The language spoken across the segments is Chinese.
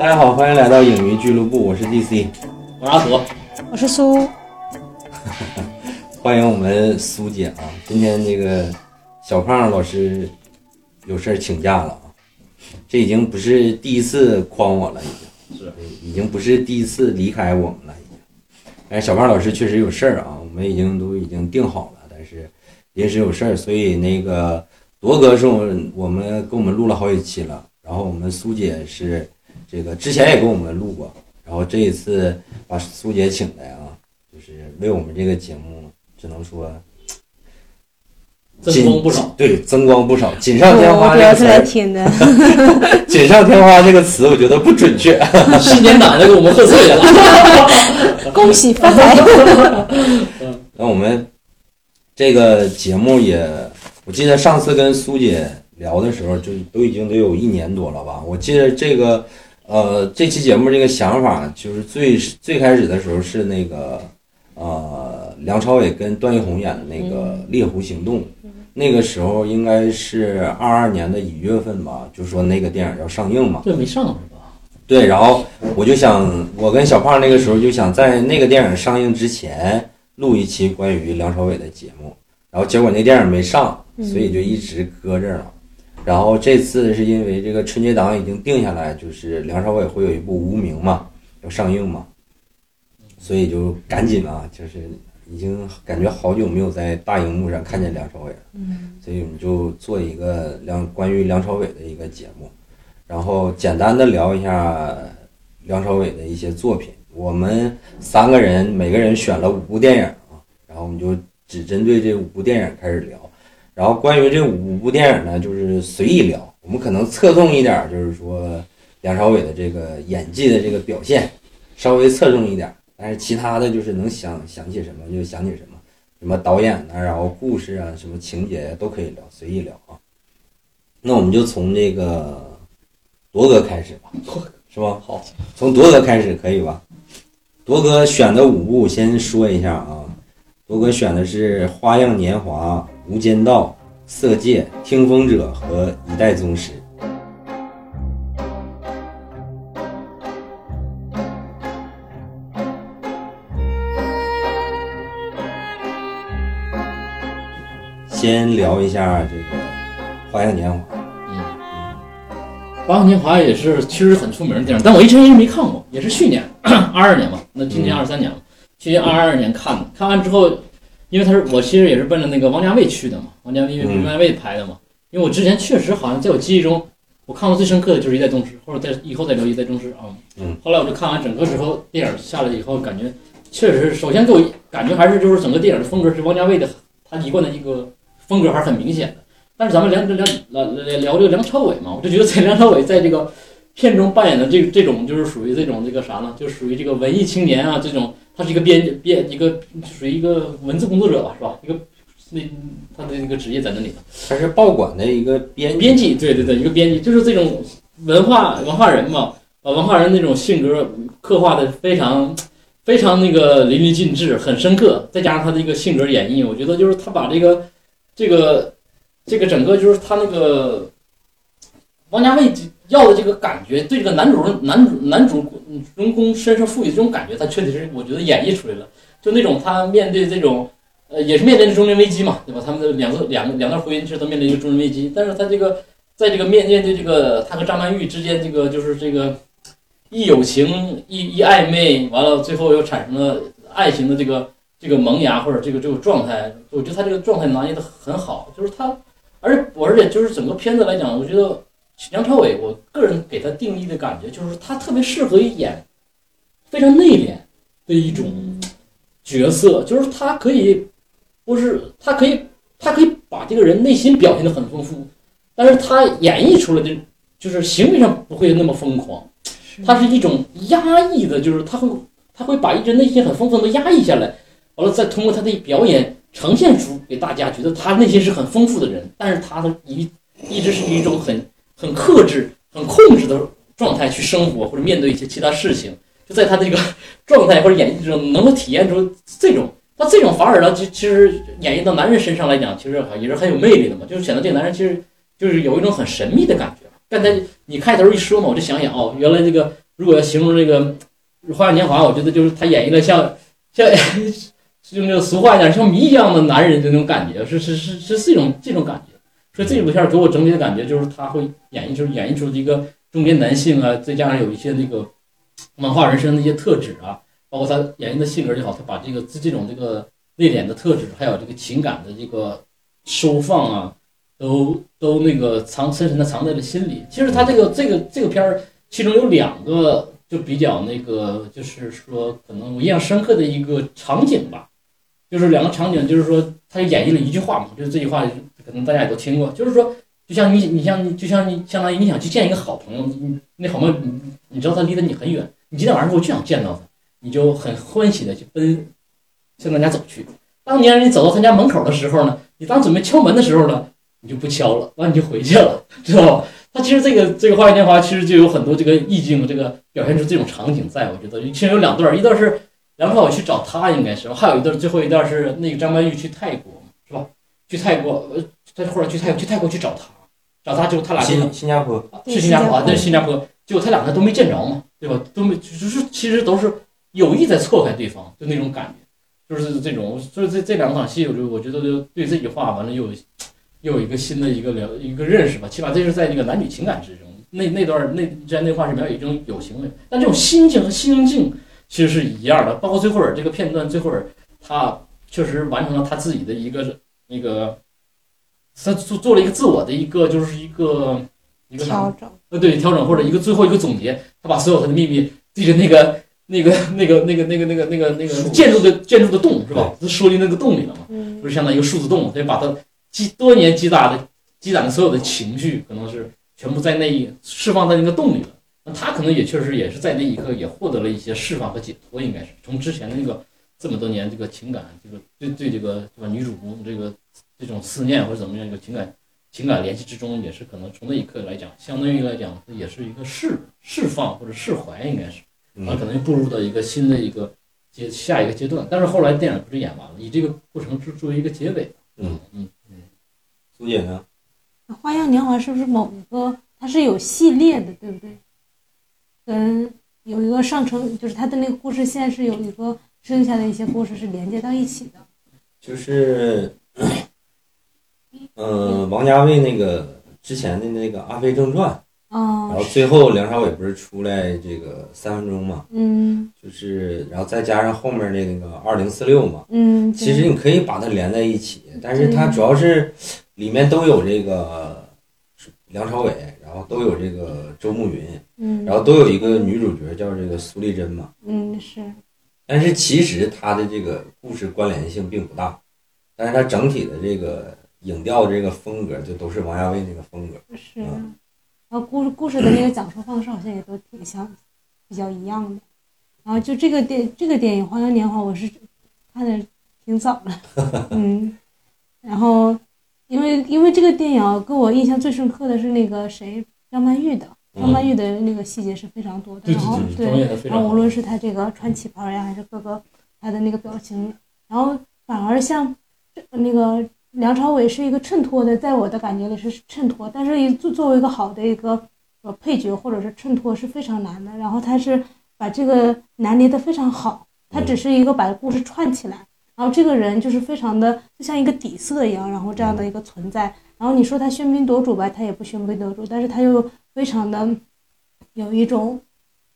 大家好，欢迎来到影迷俱乐部，我是 DC，我是阿土，我是苏，哦欢迎我们苏姐啊！今天这个小胖老师有事儿请假了啊，这已经不是第一次诓我了，已经是已经不是第一次离开我们了，已经。但是小胖老师确实有事儿啊，我们已经都已经定好了，但是临时有事儿，所以那个铎哥是我们我们跟我们录了好几期了，然后我们苏姐是这个之前也跟我们录过，然后这一次把苏姐请来啊。就是为我们这个节目，只能说增光不少。，对，增光不少。锦上添我花不这知道个这两词，天的， 锦上添花这个词，我觉得不准确。 新年党的给我们贺岁了，恭喜发财。那我们这个节目也，我记得上次跟苏姐聊的时候，就都已经得有一年多了吧。我记得这个，呃，这期节目这个想法，就是最最开始的时候是那个，呃，梁朝伟跟段奕宏演的那个嗯《猎狐行动》，那个时候应该是二二年的一月份吧，就说那个电影要上映嘛。这没上是吧？对，然后我就想，我跟小胖那个时候就想在那个电影上映之前录一期关于梁朝伟的节目，然后结果那电影没上，所以就一直搁这儿了。然后这次是因为这个春节档已经定下来，就是梁朝伟会有一部《无名》嘛，要上映嘛，所以就赶紧啊，就是已经感觉好久没有在大荧幕上看见梁朝伟了，所以我们就做一个梁关于梁朝伟的一个节目。然后简单的聊一下梁朝伟的一些作品。我们三个人每个人选了五部电影啊，然后我们就只针对这五部电影开始聊。然后关于这五部电影呢，就是随意聊，我们可能侧重一点儿，就是说梁朝伟的这个演技的这个表现，稍微侧重一点儿。但是其他的就是能想想起什么就想起什么，什么导演呐、然后故事啊，什么情节啊都可以聊，随意聊啊。那我们就从这个铎哥开始吧，是吧？好，从铎哥开始可以吧？铎哥选的五部先说一下啊，铎哥选的是《花样年华》《无间道》《色戒》《听风者》和《一代宗师》。先聊一下这个《花样年华》， 《花样年华》也是其实很出名的电影，但我一直没看过，也是去年二二年嘛，那今年二三年了，去年二二年看的，看完之后，因为他是我其实也是奔着那个王家卫去的嘛，王家卫因为嗯王家卫拍的嘛，因为我之前确实好像在我记忆中，我看过最深刻的就是《一代宗师》，或者在以后再聊《一代宗师》啊，嗯，后来我就看完整个之后，电影下来以后，感觉确实是首先给我感觉还是就是整个电影的风格是王家卫的他一贯的一个风格还是很明显的。但是咱们聊聊聊聊聊这个梁朝伟嘛，我就觉得在梁朝伟在这个片中扮演的这这种就是属于这种这个啥呢？就是属于这个文艺青年啊，这种他是一个编编一个属于一个文字工作者吧，是吧？一个那他的那个职业在那里。他是报馆的一个编编辑，对对对，一个编辑，就是这种文化文化人嘛，把文化人那种性格刻画的非常非常那个淋漓尽致，很深刻。再加上他的一个性格演绎，我觉得就是他把这个这个这个整个就是他那个王家卫要的这个感觉，对这个男主人男主男主主人公身上赋予的这种感觉，他确实是我觉得演绎出来了，就那种他面对这种。呃，也是面临着中年危机嘛，对吧？他们的两个两个两段婚姻是都面临一个中年危机，但是他这个在这个面面对这个他和张曼玉之间这个就是这个一友情一一暧昧，完了最后又产生了爱情的这个这个萌芽或者这个这个状态，我觉得他这个状态拿捏的很好，就是他，而我而且就是整个片子来讲，我觉得梁朝伟，我个人给他定义的感觉就是他特别适合于演非常内敛的一种角色，就是他可以不是他可以他可以把这个人内心表现的很丰富，但是他演绎出来的就是行为上不会那么疯狂，他是一种压抑的，就是他会他会把一直内心很丰富的压抑下来，完了再通过他的表演呈现出给大家觉得他内心是很丰富的人，但是他的一一直是一种很很克制、很控制的状态去生活或者面对一些其他事情，就在他这个状态或者演绎中能够体验出这种。那这种反而呢，其其实演绎到男人身上来讲，其实也是很有魅力的嘛。就是显得这个男人其实就是有一种很神秘的感觉。刚才你开头一说嘛，我就想想哦，原来这个如果要形容这个《花样年华》，我觉得就是他演绎了像像就那个俗话讲像谜一样的男人的那种感觉，是是是是这种这种感觉。所以这部片儿给我整体的感觉就是他会演绎出演绎出一个中年男性啊，再加上有一些那个文化人身的一些特质啊，包括他演绎的性格也好，他把这个这这种这个内敛的特质，还有这个情感的这个收放啊，都都那个藏深深的藏在了心里。其实他这个这个这个片儿，其中有两个就比较那个，就是说可能我印象深刻的一个场景吧，就是两个场景，就是说他演绎了一句话嘛，就是这句话可能大家也都听过，就是说。就像你，你像你，就像你，相当于你想去见一个好朋友，你你那好朋友，你你知道他离得你很远，你今天晚上我就想见到他，你就很欢喜的去奔向他家走去。当年你走到他家门口的时候呢，你当准备敲门的时候呢，你就不敲了，完你就回去了，知道吧？他其实这个这个《花样年华》其实就有很多这个意境，这个表现出这种场景在。我觉得其实有两段，一段是梁朝伟去找他，应该是，还有一段最后一段是那个张曼玉去泰国，是吧？去泰国，呃，他或者去泰去泰国去找他，找他之后他俩就新新加坡，对是新加坡啊，新加坡但是新加坡，结果他两个都没见着嘛，对吧？都没，就是其实都是有意在错开对方，就那种感觉，就是这种，就是这这两场戏，我就我觉得就对这句话完了又有又有一个新的一个了一个认识吧，起码这是在这个男女情感之中，那那段那之前那话是描写一种友情的，但这种心境和心境其实是一样的，包括最后尔这个片段，最后尔他确实完成了他自己的一个那个，他做做了一个自我的一个就是一个一个调整，呃，对，调整或者一个最后一个总结，他把所有他的秘密对着那个那个那个那个那个那个那个那个建筑的建筑的洞是吧？他说进那个洞里了嘛，嗯，不是相当于一个数字洞，他就把他积多年积攒的积攒的所有的情绪，可能是全部在那一释放在那个洞里了。那他可能也确实也是在那一刻也获得了一些释放和解脱，应该是从之前的那个这么多年这个情感，这个对对这个对吧女主这个这种思念或者怎么样一个情感情感联系之中，也是可能从那一刻来讲，相当于来讲也是一个释释放或者释怀，应该是。啊，嗯，可能就步入到一个新的一个阶下一个阶段。但是后来电影不是演完了，以这个过程作作为一个结尾。嗯嗯，苏姐呢？ 《花样年华》是不是某一个？它是有系列的，对不对？跟有一个上层，就是它的那个故事线是有一个剩下的一些故事是连接到一起的。就是，呃，王家卫那个之前的那个《阿飞正传》，然哦后，最后梁朝伟不是出来这个三分钟嘛，嗯就是然后再加上后面的那个二零四六嘛，嗯，对其实你可以把它连在一起，但是它主要是里面都有这个梁朝伟，然后都有这个周慕云，嗯，然后都有一个女主角叫这个苏丽珍嘛。嗯是但是其实它的这个故事关联性并不大，但是它整体的这个影调这个风格就都是王家卫那个风格。是，啊然后故故事的那个讲述方式好像也都挺像，比较一样的。然后就这个电这个电影《花样年华》，我是看的挺早了，嗯，然后因为因为这个电影啊给我印象最深刻的是那个谁张曼玉的，张曼玉的那个细节是非常多的，对然后对对专业的非然常后好。无论是他这个穿旗袍呀，还是各个他的那个表情，然后反而像这那个梁朝伟是一个衬托的，在我的感觉里是衬托，但是一作作为一个好的一个呃配角或者是衬托是非常难的。然后他是把这个拿捏的非常好，他只是一个把故事串起来，然后这个人就是非常的就像一个底色一样，然后这样的一个存在。然后你说他喧宾夺主吧，他也不喧宾夺主，但是他又非常的有一种，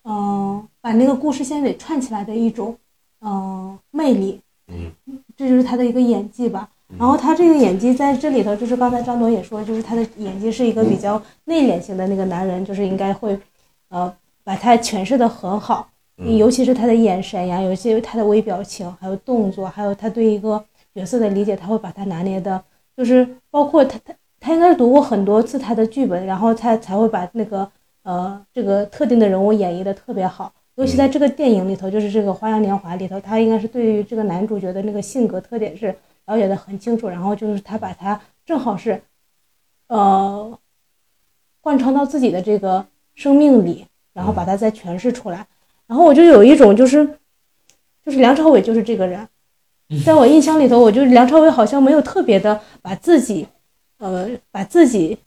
嗯、把那个故事线给串起来的一种，嗯、魅力。嗯，这就是他的一个演技吧。然后他这个演技在这里头，就是刚才张铎也说，就是他的演技是一个比较内敛型的那个男人，就是应该会，呃，把他诠释的很好。嗯尤其是他的眼神呀，尤其是他的微表情，还有动作，还有他对一个角色的理解，他会把他拿捏的，就是包括他他他应该是读过很多次他的剧本，然后他才会把那个呃这个特定的人物演绎的特别好。尤其在这个电影里头，就是这个《花样年华》里头，他应该是对于这个男主角的那个性格特点是了解的很清楚，然后就是他把他正好是，呃，贯穿到自己的这个生命里，然后把它再诠释出来。然后我就有一种就是，就是梁朝伟就是这个人，在我印象里头，我就梁朝伟好像没有特别的把自己，呃，把自己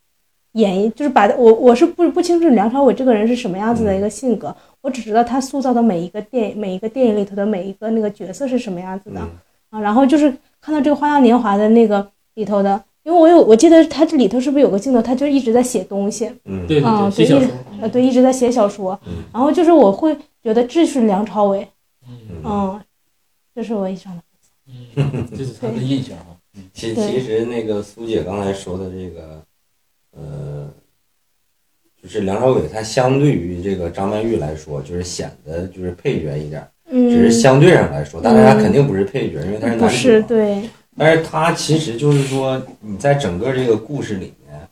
演绎，就是把我我是不不清楚梁朝伟这个人是什么样子的一个性格，我只知道他塑造的每一个电影每一个电影里头的每一个那个角色是什么样子的、嗯啊。然后就是看到这个《花样年华》的那个里头的，因为我有我记得他这里头是不是有个镜头，他就一直在写东西，嗯，对对啊对，写小对说，呃，对，一直在写小说嗯，然后就是我会觉得这是梁朝伟，嗯嗯，嗯，这是我印象的。嗯，这是他的印象 啊。其对其实那个苏姐刚才说的这个，呃，就是梁朝伟他相对于这个张曼玉来说，就是显得就是配角一点儿，嗯，只是相对上来说，但是他嗯肯定不是配角，因为他是不男主是嘛。对，但是他其实就是说，你在整个这个故事里面，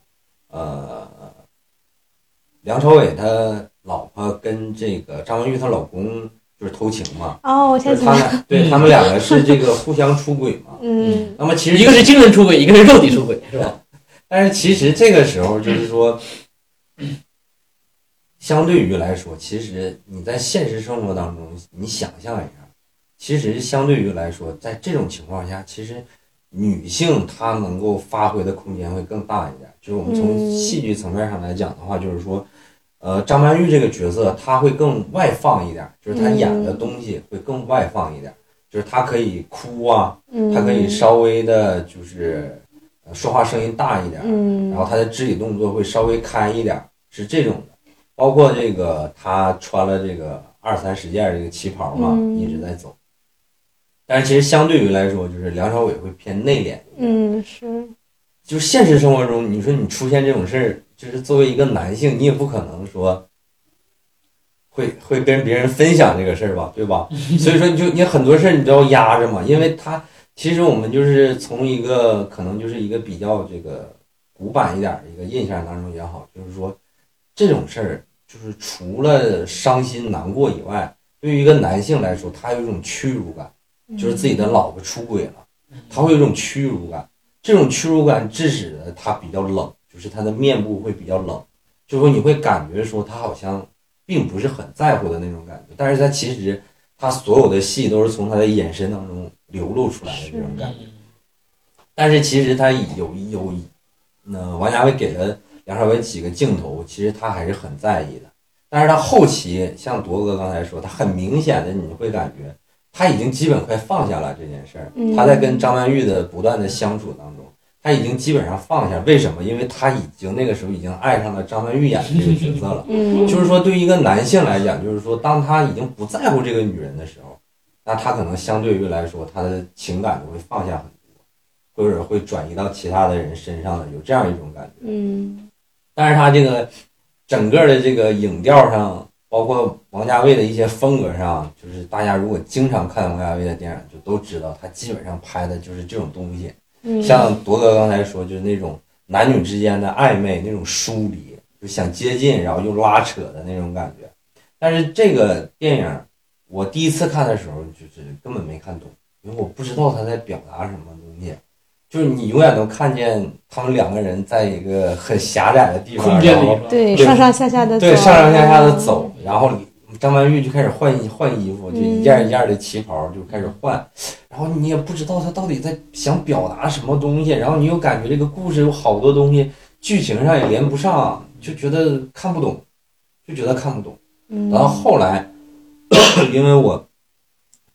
呃，梁朝伟他老婆跟这个张曼玉她老公就是偷情嘛，哦，我就现是在他们对他们两个是这个互相出轨嘛。嗯那么其实一个是精神出轨，一个是肉体出轨，是吧？但是其实这个时候就是说，相对于来说，其实你在现实生活当中，你想象一下，其实相对于来说，在这种情况下，其实女性她能够发挥的空间会更大一点。就是我们从嗯戏剧层面上来讲的话，就是说，呃，张曼玉这个角色她会更外放一点，就是她演的嗯东西会更外放一点，就是她可以哭啊，嗯，她可以稍微的就是呃说话声音大一点。然嗯后他的肢体动作会稍微开一点儿，是这种的。包括这个他穿了这个二三十件儿这个旗袍嘛，嗯一直在走。但是其实相对于来说，就是梁朝伟会偏内敛。，嗯是就是现实生活中，你说你出现这种事儿，就是作为一个男性，你也不可能说会会跟别人分享这个事儿吧，对吧？所以说，你就你很多事儿你都要压着嘛，因为他其实我们就是从一个可能就是一个比较这个古板一点儿的一个印象当中也好，就是说这种事儿就是除了伤心难过以外，对于一个男性来说，他有一种屈辱感。嗯就是自己的老婆出轨了，他会有一种屈辱感，这种屈辱感致使得他比较冷，就是他的面部会比较冷，就是说你会感觉说他好像并不是很在乎的那种感觉，但是他其实他所有的戏都是从他的眼神当中流露出来的这种感觉，但是其实他有有，那王家卫给了梁朝伟几个镜头，其实他还是很在意的。但是他后期，像铎哥刚才说，他很明显的你会感觉他已经基本快放下了这件事儿。嗯他在跟张曼玉的不断的相处当中，他已经基本上放下。为什么？因为他已经那个时候已经爱上了张曼玉演的这个角色了。嗯就是说，对于一个男性来讲，就是说，当他已经不在乎这个女人的时候，那他可能相对于来说，他的情感就会放下很多，或者会转移到其他的人身上的，有这样一种感觉。嗯但是他这个整个的这个影调上，包括王家卫的一些风格上，就是大家如果经常看王家卫的电影，就都知道他基本上拍的就是这种东西。嗯像铎哥刚才说，就是那种男女之间的暧昧，那种疏离，就想接近，然后又拉扯的那种感觉。但是这个电影，我第一次看的时候，就是根本没看懂，因为我不知道他在表达什么东西。就是你永远都看见他们两个人在一个很狭窄的地方，空间然里后是吧？对对上上下下的对，上上下下嗯的走，然后张曼玉就开始换衣换衣服，就一件一件的旗袍就开始换，然后你也不知道她到底在想表达什么东西，然后你又感觉这个故事有好多东西剧情上也连不上，就觉得看不懂，就觉得看不懂。嗯，然后后来， 因为我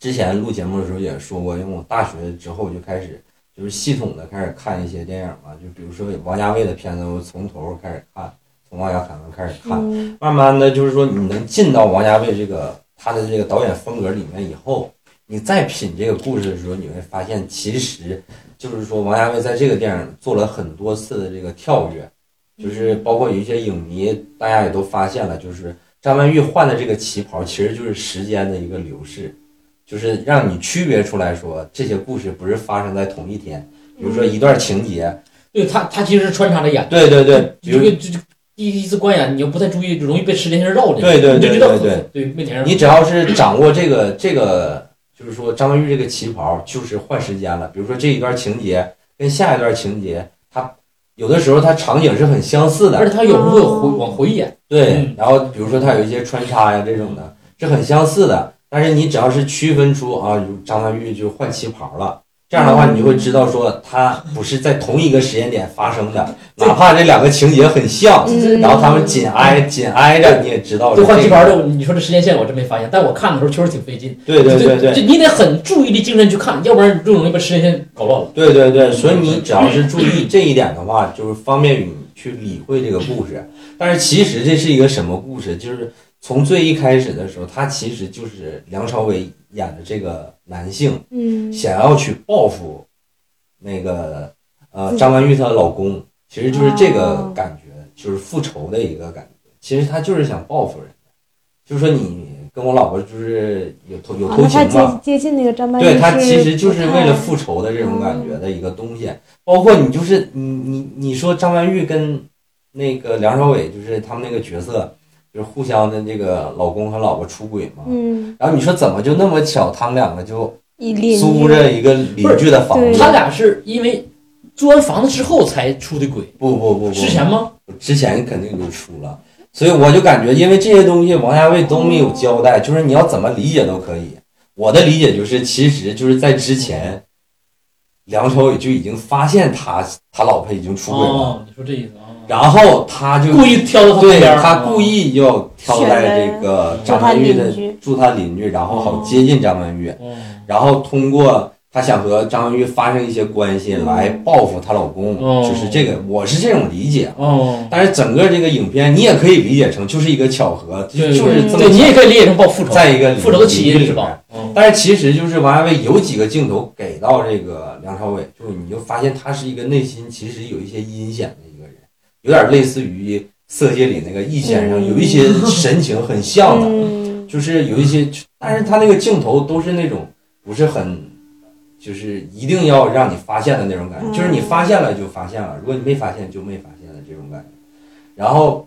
之前录节目的时候也说过，因为我大学之后就开始就是系统的开始看一些电影嘛，就比如说王家卫的片子，我从头开始看，从《望家砍门》开始看，嗯慢慢的就是说你能进到王家卫这个他的这个导演风格里面以后，你再品这个故事的时候，你会发现其实就是说王家卫在这个电影做了很多次的这个跳跃，嗯就是包括有一些影迷大家也都发现了，就是张曼玉换的这个旗袍其实就是时间的一个流逝，就是让你区别出来说这些故事不是发生在同一天，比如说一段情节，对他，他其实是穿插着演，对对对，比这如个这个第一次观演，你又不太注意，容易被时间线绕进去，对对你就对知道对对对没连你上。只要是掌握这个这个，就是说张曼玉这个旗袍，就是换时间了。比如说这一段情节跟下一段情节，它有的时候它场景是很相似而的，且他有时候会回哦往回演，对嗯。然后比如说它有一些穿插呀这种的，是很相似的。但是你只要是区分出啊，张曼玉就换旗袍了，这样的话，你就会知道说它不是在同一个时间点发生的，哪怕这两个情节很像，嗯然后他们紧挨紧挨着，你也知道对，是换句哦这话个。说，你说这时间线我真没发现，但我看的时候确实挺费劲。对对对对就你得很注意力精神去看，要不然就容易把时间线搞乱了。对对对，所以你只要是注意这一点的话，就是方便你去理会这个故事。但是其实这是一个什么故事？就是从最一开始的时候，他其实就是梁朝伟演的这个男性嗯想要去报复那个呃张曼玉她老公，其实就是这个感觉，就是复仇的一个感觉。其实他就是想报复人家，就是说你跟我老婆就是有偷有啊，偷那情他嘛。接接近那个张曼玉，对他其实就是不为了太嗯复仇的这种感觉的一个东西，包括你就是你你你说张曼玉跟那个梁朝伟就是他们那个角色，就是互相的这个老公和老婆出轨嘛。嗯，然后你说怎么就那么巧，他们两个就以邻租居着一个邻居的房对子？他俩是因为租完房子之后才出的轨，不不不不，之前吗？之前肯定就出了，所以我就感觉，因为这些东西王家卫都没有交代，就是你要怎么理解都可以。我的理解就是，其实就是在之前，梁朝伟就已经发现他他老婆已经出轨了，哦，你说这意思啊？然后他就故意挑到他旁对边儿，他故意要挑在这个做张他曼玉邻的居，住他邻居，然后好接近张曼玉，哦。然后通过他想和张曼玉发生一些关系来报复她老公，嗯哦就是这个，我是这种理解。啊哦，但是整个这个影片，你也可以理解成就是一个巧合，就对就是这么对你也可以理解成报复仇，在一个复仇的起因里是面吧？？哦但是其实就是王家卫有几个镜头给到这个梁朝伟，就是你就发现他是一个内心其实有一些阴险的一个人，有点类似于《色戒》里那个易先生，嗯有一些神情很像的，嗯，就是有一些，但是他那个镜头都是那种不是很。就是一定要让你发现的那种感觉，嗯就是你发现了就发现了，如果你没发现就没发现的这种感觉。然后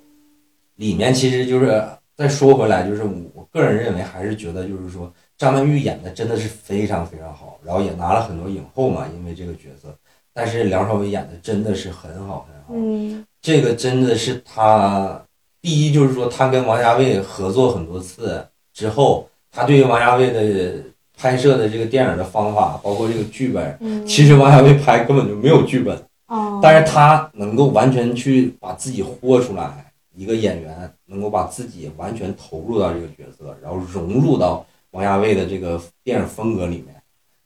里面其实就是再说回来，就是我个人认为还是觉得就是说张曼玉演的真的是非常非常好，然后也拿了很多影后嘛，因为这个角色。但是梁朝伟演的真的是很好很好，嗯这个真的是他第一就是说他跟王家卫合作很多次之后，他对于王家卫的拍摄的这个电影的方法，包括这个剧本，嗯，其实王家卫拍根本就没有剧本，哦，但是他能够完全去把自己豁出来，一个演员能够把自己完全投入到这个角色，然后融入到王家卫的这个电影风格里面。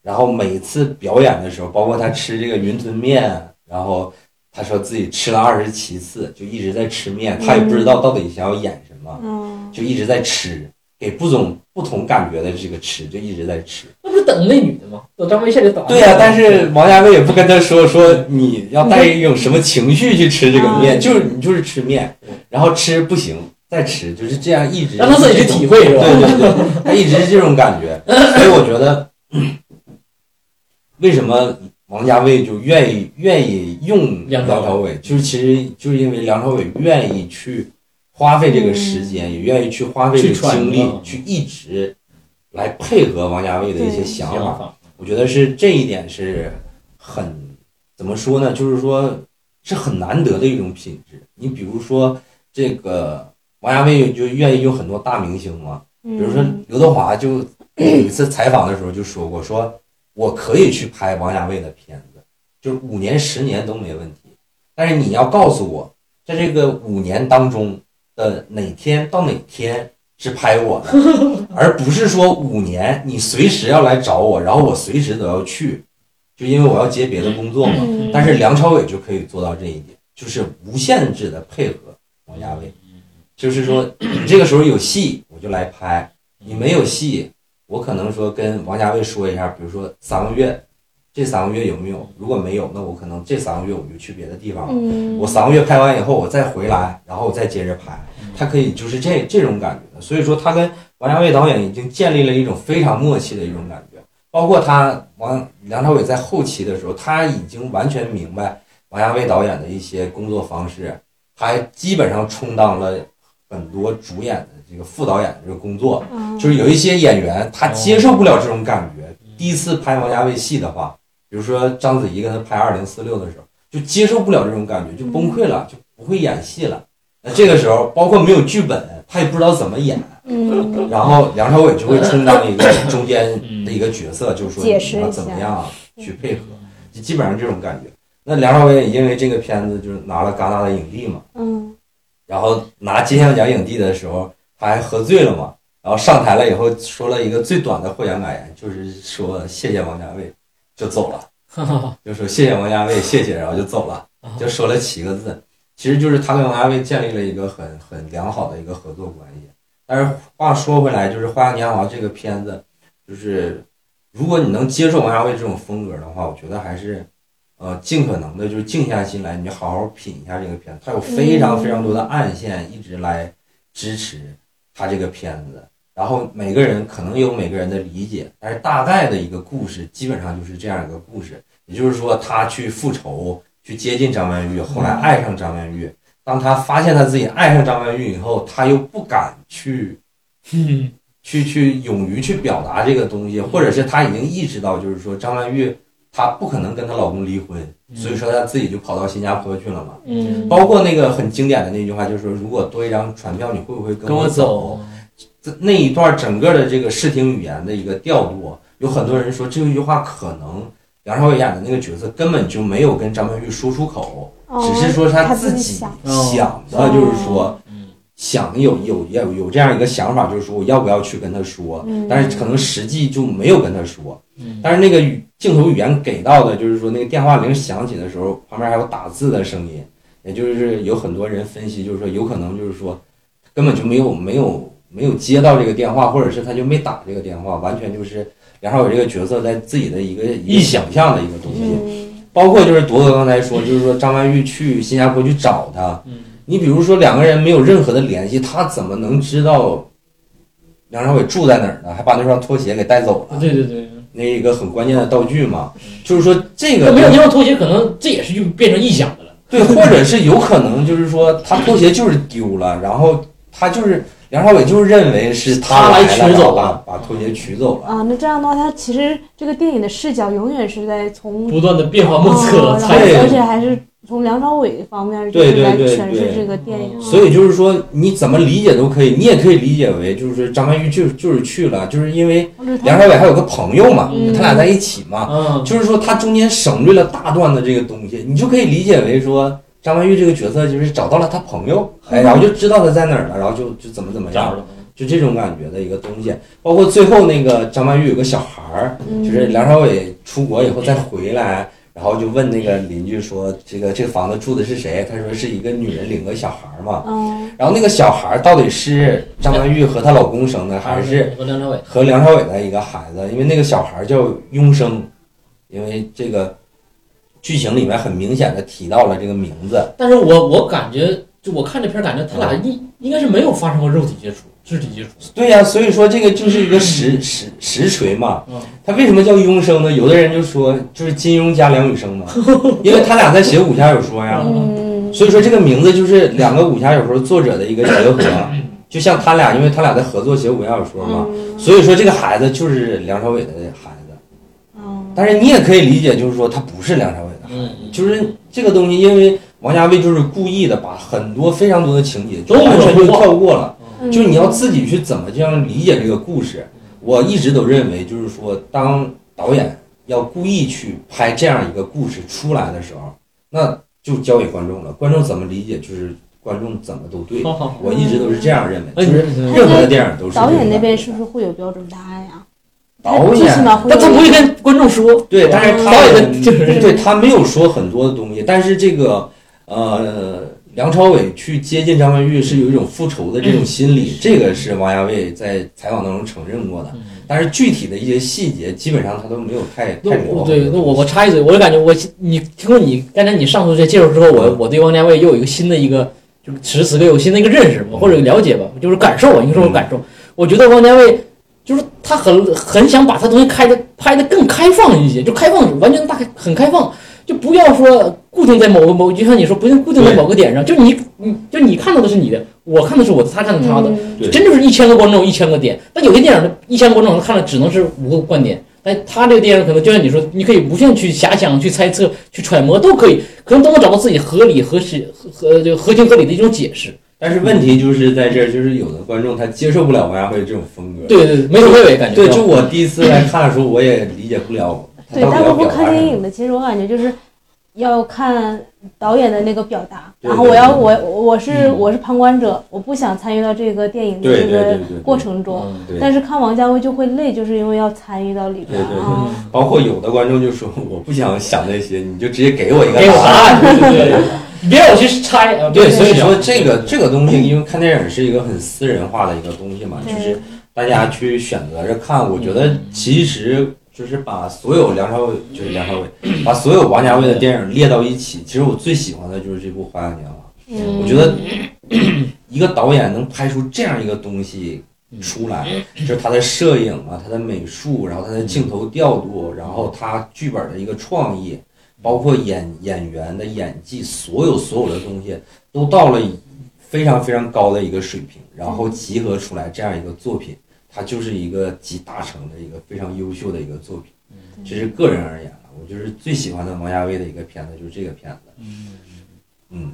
然后每次表演的时候，包括他吃这个云吞面，然后他说自己吃了二十七次，就一直在吃面，他也不知道到底想要演什么，嗯，就一直在吃，给不同不同感觉的这个吃，就一直在吃。那不是等那女的吗？等张卫健就打。对呀、啊但是王家卫也不跟他说说你要嗯带一种什么情绪去吃这啊个面，嗯就是你就是吃面对，然后吃不行再吃，就是这样一直让他自己去体会是对吧？对对，他一直是这种感觉，所以我觉得嗯为什么王家卫就愿意愿意用梁梁朝朝伟伟，就是其实就是因为梁朝伟愿意去花费这个时间，也愿意去花费这个嗯去嗯揣精摩力，去一直来配合王家卫的一些对想想法。法我觉得是这一点是很怎么说呢？就是说是很难得的一种品质。你比如说这个王家卫就愿意用很多大明星嘛，比比如说刘德华就 有一次采访的时候就说过，说我可以去拍王家卫的片子，就是五年十年都没问题，但是你要告诉我，在这个五年当中的哪天到哪天是拍我的，而不是说五年你随时要来找我，然后我随时都要去，就因为我要接别的工作嘛。嗯但是梁朝伟就可以做到这一点，就是无限制的配合王家卫，就是说你这个时候有戏我就来拍，你没有戏，我可能说跟王家卫说一下，比如说三个月，这三个月有没有？如果没有，那我可能这三个月我就去别的地方了。嗯，我三个月拍完以后，我再回来，然后我再接着拍，他可以就是这这种感觉的。所以说，他跟王家卫导演已经建立了一种非常默契的一种感觉。包括他王梁朝伟在后期的时候，他已经完全明白王家卫导演的一些工作方式，他基本上充当了很多主演的这个副导演的这个工作。嗯就是有一些演员他接受不了这种感觉。第一次拍王家卫戏的话，比如说章子怡跟他拍《二零四六》的时候，就接受不了这种感觉，就崩溃嗯了，就不会演戏了。那这个时候，包括没有剧本，他也不知道怎么演。嗯然后梁朝伟就会充当一个中间的一个角色，就是说解释你要一怎么下嗯样啊，去配合，就基本上这种感觉。那梁朝伟也因为这个片子就是拿了戛纳的影帝嘛，嗯，然后拿金像奖影帝的时候，他还喝醉了嘛，然后上台了以后说了一个最短的获奖感言，就是说谢谢王家卫，就走了，就说谢谢王家卫，谢谢，然后就走了，就说了七个字，其实就是他跟王家卫建立了一个很很良好的一个合作关系。但是话说回来，就是《花样年华》这个片子，就是如果你能接受王家卫这种风格的话，我觉得还是。呃，尽可能的就是静下心来，你就好好品一下这个片子，它有非常非常多的暗线一直来支持它这个片子。然后每个人可能有每个人的理解，但是大概的一个故事基本上就是这样一个故事。也就是说，他去复仇，去接近张曼玉，后来爱上张曼玉。当他发现他自己爱上张曼玉以后，他又不敢去嗯去去勇于去表达这个东西，或者是他已经意识到，就是说张曼玉她不可能跟她老公离婚，嗯所以说她自己就跑到新加坡去了嘛。嗯包括那个很经典的那句话，就是说如果多一张船票，你会不会跟跟我走？走，那一段整个的这个视听语言的一个调度，有很多人说这句话可能梁朝伟演的那个角色根本就没有跟张曼玉说出口，哦只是说他自己己想，想的，哦就是说嗯想有有有有这样一个想法，就是说我要不要去跟他说。嗯，但是可能实际就没有跟他说。嗯，但是那个语镜头语言给到的，就是说那个电话铃响起的时候，旁边还有打字的声音，也就是有很多人分析，就是说有可能就是说根本就没有没有没有接到这个电话，或者是他就没打这个电话，完全就是梁朝伟这个角色在自己的一个一个想象的一个东西。嗯，包括就是铎哥刚才说，就是说张曼玉去新加坡去找他，嗯你比如说两个人没有任何的联系，他怎么能知道梁朝伟住在哪儿呢？还把那双拖鞋给带走了，嗯对对对，那一个很关键的道具嘛。就是说这那个没有那双拖鞋，可能这也是用变成臆想的了。对，或者是有可能就是说他拖鞋就是丢了，然后他就是梁朝伟就是认为是他来来取走了了，把把拖鞋取走了。啊，那这样的话，他其实这个电影的视角永远是在从不断的变化莫测哦，然后猜对而测。且还是从梁朝伟方面就对是来对对诠对嗯释这个电影，啊所以就是说，你怎么理解都可以，你也可以理解为就是说张曼玉就就是去了，就是因为就是他梁朝伟还有个朋友嘛，嗯他俩在一起嘛，嗯，就是说他中间省略了大段的这个东西，你就可以理解为说张曼玉这个角色就是找到了他朋友，哎，然后就知道他在哪儿了，然后就就怎么怎么找样，了，就这种感觉的一个东西。包括最后那个张曼玉有个小孩儿，嗯就是梁朝伟出国以后再回来。然后就问那个邻居说：“这个这个房子住的是谁？”他说：“是一个女人领个小孩儿嘛。嗯”然后那个小孩儿到底是张曼玉和她老公生的，还是和梁朝伟？和梁朝伟的一个孩子，因为那个小孩叫雍生，因为这个剧情里面很明显的提到了这个名字，但是我我感觉，就我看这片儿，感觉他俩嗯应应该是没有发生过肉体接触、肢体接触。对呀、所以说这个就是一个 实实实锤嘛。嗯，他为什么叫雍生呢？有的人就说就是金庸加梁羽生 嘛，因为他俩在写武侠小说呀，嗯，所以说这个名字就是两个武侠小说作者的一个结合，就像他俩，因为他俩在合作写武侠小说嘛，嗯所以说这个孩子就是梁朝伟的孩子。嗯但是你也可以理解，就是说他不是梁朝伟的孩子，嗯就是这个东西，因为王家卫就是故意的把很多非常多的情节就都完全就模糊化跳过了，嗯就是你要自己去怎么这样理解这个故事。我一直都认为，就是说当导演要故意去拍这样一个故事出来的时候，那就交给观众了，观众怎么理解就是观众怎么都对。好好好。我一直都是这样认为，哎，就是你任何的电影都是哦导这演样那的边是不是会有标准答案呀？导最起演码会但他不有会跟观众说，对，但是他导演们的就是对他没有说很多的东西，但是这个呃，梁朝伟去接近张曼玉是有一种复仇的这嗯种心理，这个是王家卫在采访当中承认过的。嗯但是具体的一些细节，基本上他都没有太那太我描对，那我述。我插一嘴，我就感觉我你经过你刚才你上述这介绍之后，我我对王家卫又有一个新的一个就是此时此刻有新的一个认识吧，或者了解吧，就是感受吧，啊应该说我感受。我觉得王家卫就是他很很想把他东西开的拍的更开放一些，就开放完全大开很开放，就不要说固定在某个某，就像你说不用固定在某个点上，就你你就你看到的是你的，我看的是我的，他看的是他的，嗯对真就是一千个观众一千个点。但有些电影的一千个观众看了只能是五个观点，但他这个电影可能就像你说，你可以无限去遐想、去猜测、去揣摩都可以，可能都能找到自己合理、合适、合合就合情合理的一种解释。但是问题就是在这儿，就是有的观众他接受不了王家卫这种风格。对对，对没头没尾感觉。对，就我第一次来看的时候，我也理解不了对到底大要部分表看达电什影么？的，其实我感觉就是要看导演的那个表达，对然后对我对要我我是嗯我是旁观者，我不想参与到这个电影的对这对对个对对过程中。嗯对但是看王家卫就会累，就是因为要参与到里边对对对啊。包括有的观众就说 我不想想那些，你就直接给我一个给我答答案。案，对对对，你别让我去猜啊。对，别让所我去以想说这个这个东西，因为看电影是一个很私人化的一个东西嘛，就对是大家去选择着看。我觉得嗯其实就是把所有梁朝伟，就是梁朝伟，把所有王家卫的电影列到一起。其实我最喜欢的就是这部《花样年华》。嗯，我觉得 一个导演能拍出这样一个东西出来，就是他的摄影啊，他的美术，然后他的镜头调度，然后他剧本的一个创意，包括演演员的演技，所有所有的东西都到了非常非常高的一个水平，然后集合出来这样一个作品，它就是一个集大成的一个非常优秀的一个作品。嗯这是个人而言啊，我就是最喜欢的王家卫的一个片子，就是这个片子。嗯，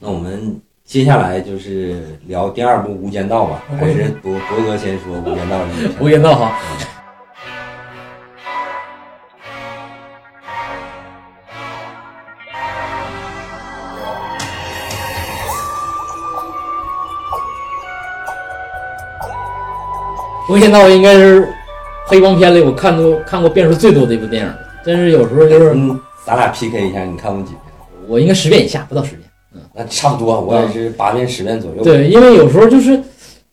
那我们接下来就是聊第二部《无间道》吧，还是博博哥先说《无间道》这个片子哎无间道哈。无间道应该是黑帮片里我看过看过遍数最多的一部电影了，真是有时候就是嗯，咱俩 PK 一下，你看过几遍？我应该十遍以下，不到十遍。那差不多，我也是八遍十遍左右。嗯对，因为有时候就是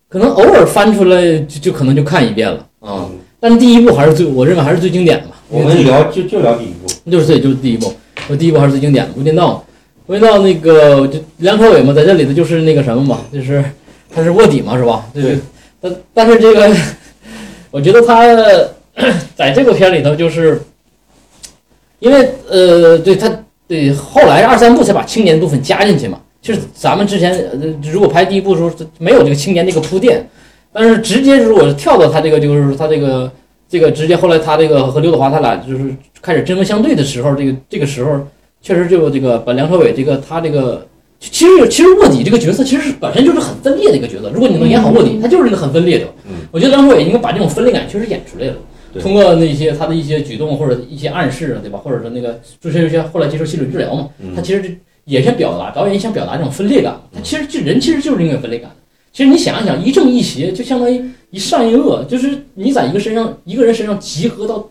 可能偶尔翻出来就就可能就看一遍了啊、嗯，但第一部还是最我认为还是最经典的吧。我们聊就就聊第一部，就是对，就是第一部，我第一部还是最经典的《无间道》。《无间道》那个就梁朝伟嘛，在这里头就是那个什么嘛，就是他是卧底嘛，是吧？对。但但是这个， 我觉得他在这个片里头，就是因为呃，对他对后来二三部才把青年部分加进去嘛。就是咱们之前呃如果拍第一部的时候没有这个青年这个铺垫，但是直接如果跳到他这个就是他这个这个直接后来他这个和刘德华他俩就是开始针锋相对的时候，这个这个时候确实就这个把梁朝伟这个他这个，其实其实卧底这个角色其实是本身就是很分裂的一个角色。如果你能演好卧底，他就是那个很分裂的。嗯，我觉得梁朝伟应该把这种分裂感确实演出来了。对通过那些他的一些举动或者一些暗示啊，对吧？或者说那个朱些些后来接受心理治疗嘛，他嗯，其实也想表达，导演也想表达这种分裂感。他其实就人其实就是那个分裂感。其实你想一想，一正一邪就相当于一善一恶，就是你在一个身上一个人身上集合到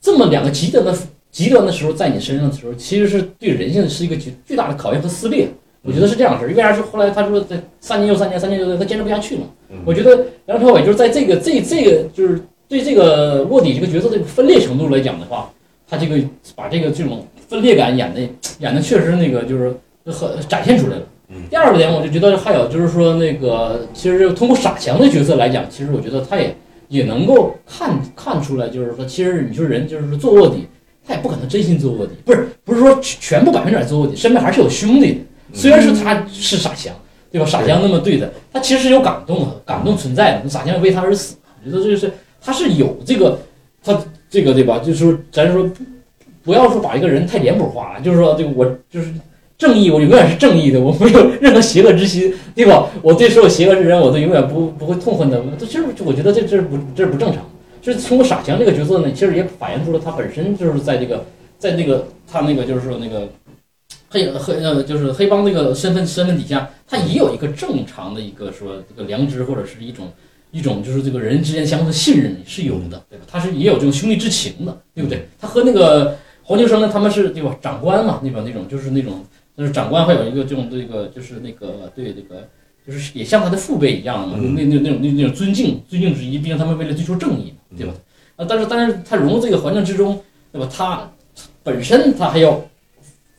这么两个极端的极端的时候，在你身上的时候，其实是对人性是一个巨巨大的考验和撕裂。我觉得是这样的事儿，为啥是后来他说在三年又三年，三年又三年，他坚持不下去嘛。嗯我觉得梁朝伟就是在这个这这个就是对这个卧底这个角色的分裂程度来讲的话，他这个把这个这种分裂感演的演的确实那个就是很展现出来了嗯。第二个点，我就觉得还有就是说那个，其实通过傻强的角色来讲，其实我觉得他也也能够看看出来，就是说，其实你说人就是说做卧底，他也不可能真心做卧底，不是不是说全部百分之百做卧底，身边还是有兄弟的。虽然是他是傻强，对吧？傻强那么对的，他其实有感动啊，感动存在的。傻强为他而死，我觉得这就是他是有这个他这个对吧？就是说咱说不不要说把一个人太脸谱化了，就是说这个我就是正义，我永远是正义的，我没有任何邪恶之心，对吧？我对所有邪恶之人，我都永远不不会痛恨的。这这我觉得这这不这不正常。就是通过傻强这个角色呢，其实也反映出了他本身就是在这个在那个他那个就是说那个黑黑呃就是黑帮那个身份身份底下，他也有一个正常的一个说这个良知或者是一种一种就是这个人之间相互的信任是有的，对吧？他是也有这种兄弟之情的，对不对？他和那个黄秋生呢，他们是对吧？长官嘛，对吧？那种就是那种就是长官会有一个这种这个就是那个对这个。就是也像他的父辈一样嘛，嗯那那那种那那种尊敬尊敬之意，毕竟他们为了追求正义嘛，对吧？啊，但是但是他融入这个环境之中，对吧？他本身他还要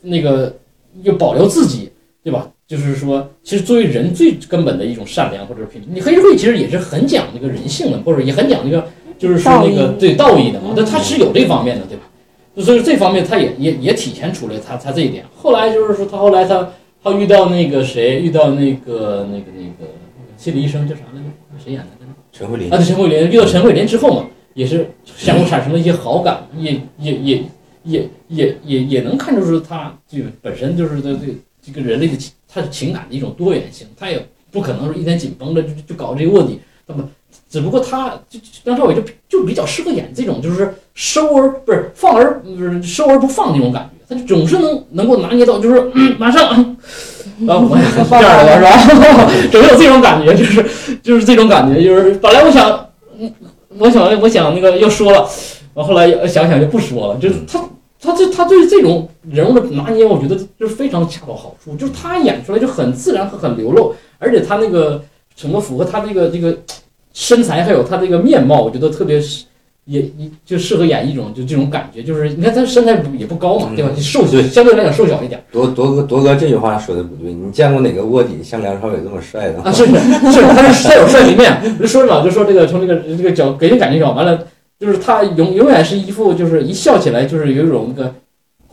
那个要保留自己，对吧？就是说，其实作为人最根本的一种善良或者是品质，你黑社会其实也是很讲这个人性的，或者也很讲这个就是说那个道义嗯对道义的嘛，但他是有这方面的，对吧？所以这方面他也也也体现出来他他这一点。后来就是说他后来他他遇到那个谁，遇到那个那个那个心理医生叫啥来着？谁演的？陈慧琳啊，对陈慧琳遇到陈慧琳之后嘛，也是相互产生了一些好感，也也也也也也也能看出他这个本身就是这这这个人类的情他的情感的一种多元性，他也不可能说一天紧绷着就就搞这个卧底，那么只不过他就就梁朝伟就就比较适合演这种就是收而不是放而不是收而不放那种感觉，他就总是能能够拿捏到，就是、 嗯马上啊，我也是这样的是吧？ 总有这种感觉，就是就是这种感觉，就是本来我想，嗯我想我想那个要说了，完后来想想就不说了，就是他他这他对这种人物的拿捏，我觉得就是非常恰到好处，就是他演出来就很自然和很流露，而且他那个整个符合他这个这个身材还有他这个面貌，我觉得特别是也也就适合演一种就这种感觉，就是你看他身材不也不高嘛，对吧？嗯就瘦对相对来讲瘦小一点铎铎哥铎哥这句话说的不对，你见过哪个卧底像梁朝伟这么帅的吗？啊，是是是，他是他有帅一面，我就说老就说这个从这个这个角给人感觉角完了，就是他永永远是一副就是一笑起来就是有一种那个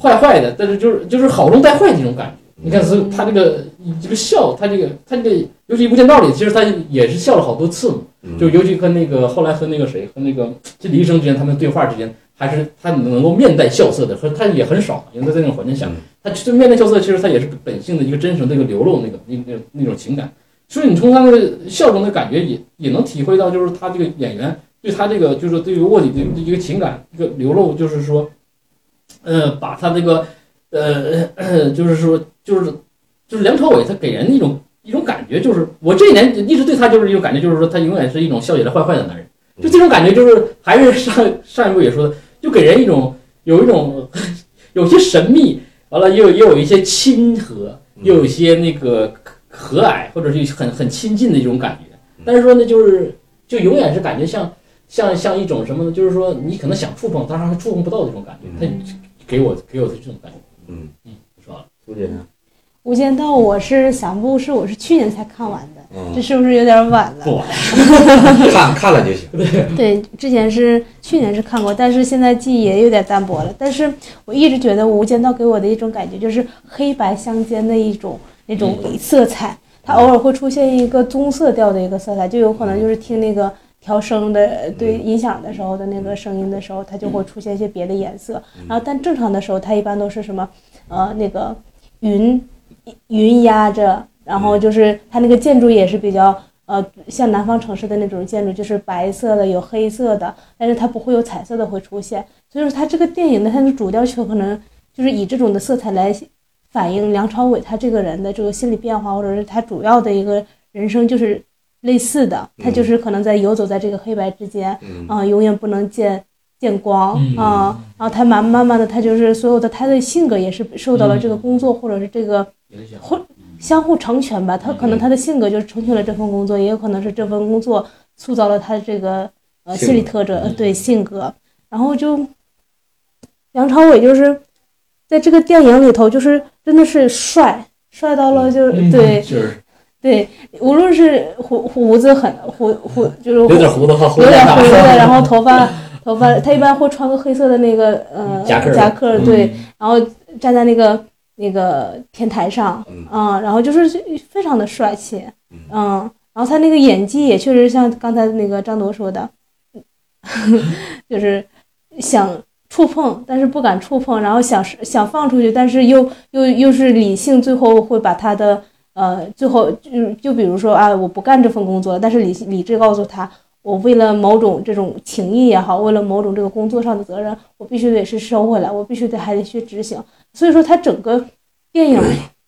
坏坏的，但是就是就是好中带坏那种感觉。你嗯看，所以他这个这个笑，他这个他这个，尤其《无间道》里，其实他也是笑了好多次嘛。嗯就尤其和那个后来和那个谁和那个这李医生之间，他们对话之间，还是他能够面带笑色的，和他也很少，因为在那种环境下嗯，他这面带笑色，其实他也是本性的一个真实的一个流露，那个那那那种情感。所以你从他那个笑容的感觉也也能体会到，就是他这个演员对他这个就是对于卧底的一个情感一个流露，就是说，呃，把他这个呃呃 就是说就是就是梁朝伟他给人的一种一种感觉，就是我这一年一直对他就是一种感觉，就是说他永远是一种笑起来坏坏的男人，就这种感觉，就是还是上上一部也说的，就给人一种有一种有些神秘，完了也有也有一些亲和，也有一些那个和蔼，或者是很很亲近的一种感觉。但是说呢，就是就永远是感觉像像像一种什么呢？就是说你可能想触碰，但是还触碰不到的这种感觉。他给我给我的这种感觉，嗯嗯，是吧？苏姐呢，无间道》我是想不是我是去年才看完的，这嗯，是不是有点晚了？不晚，看看了就行。对，之前是去年是看过，但是现在记忆也有点淡薄了。但是我一直觉得《无间道》给我的一种感觉就是黑白相间的一种那种色彩，它偶尔会出现一个棕色调的一个色彩，就有可能就是听那个调声的呃对音响的时候的那个声音的时候，它就会出现一些别的颜色。然后但正常的时候，它一般都是什么呃那个云云压着，然后就是它那个建筑也是比较。呃，像南方城市的那种建筑，就是白色的有黑色的，但是它不会有彩色的会出现。所以说，它这个电影的它的主调曲可能就是以这种的色彩来反映梁朝伟他这个人的这个心理变化，或者是他主要的一个人生就是类似的，他嗯就是可能在游走在这个黑白之间，嗯啊、永远不能见见光嗯啊、然后他慢慢慢的，他就是所有的他的性格也是受到了这个嗯工作或者是这个有点像或相互成全吧。他嗯可能他的性格就是成全了这份工作，也有可能是这份工作塑造了他的这个呃性格心理特征，呃嗯对性格。然后就梁朝伟就是在这个电影里头，就是真的是帅，帅到嗯了就是、嗯对就是对，无论是胡胡子很胡胡就是有点胡子和胡有子点大灰色，然后 头发头发，他一般会穿个黑色的那个呃夹克儿夹克儿，对，嗯然后站在那个那个天台上，嗯嗯，然后就是非常的帅气嗯，嗯，然后他那个演技也确实像刚才那个张铎说的， 就是想触碰，但是不敢触碰，然后想想放出去，但是又又又是理性，最后会把他的呃，最后就就比如说啊，我不干这份工作了，但是理理智告诉他，我为了某种这种情谊也好，为了某种这个工作上的责任，我必须得是收回来，我必须得还得去执行。所以说，他整个电 影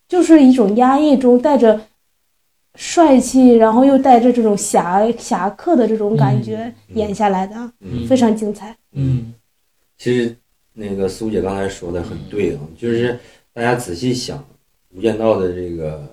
就是一种压抑中带着帅气，然后又带着这种侠侠客的这种感觉嗯演下来的，嗯非常精彩。嗯，嗯其实那个苏姐刚才说的很对啊，就是大家仔细想《无间道》的这个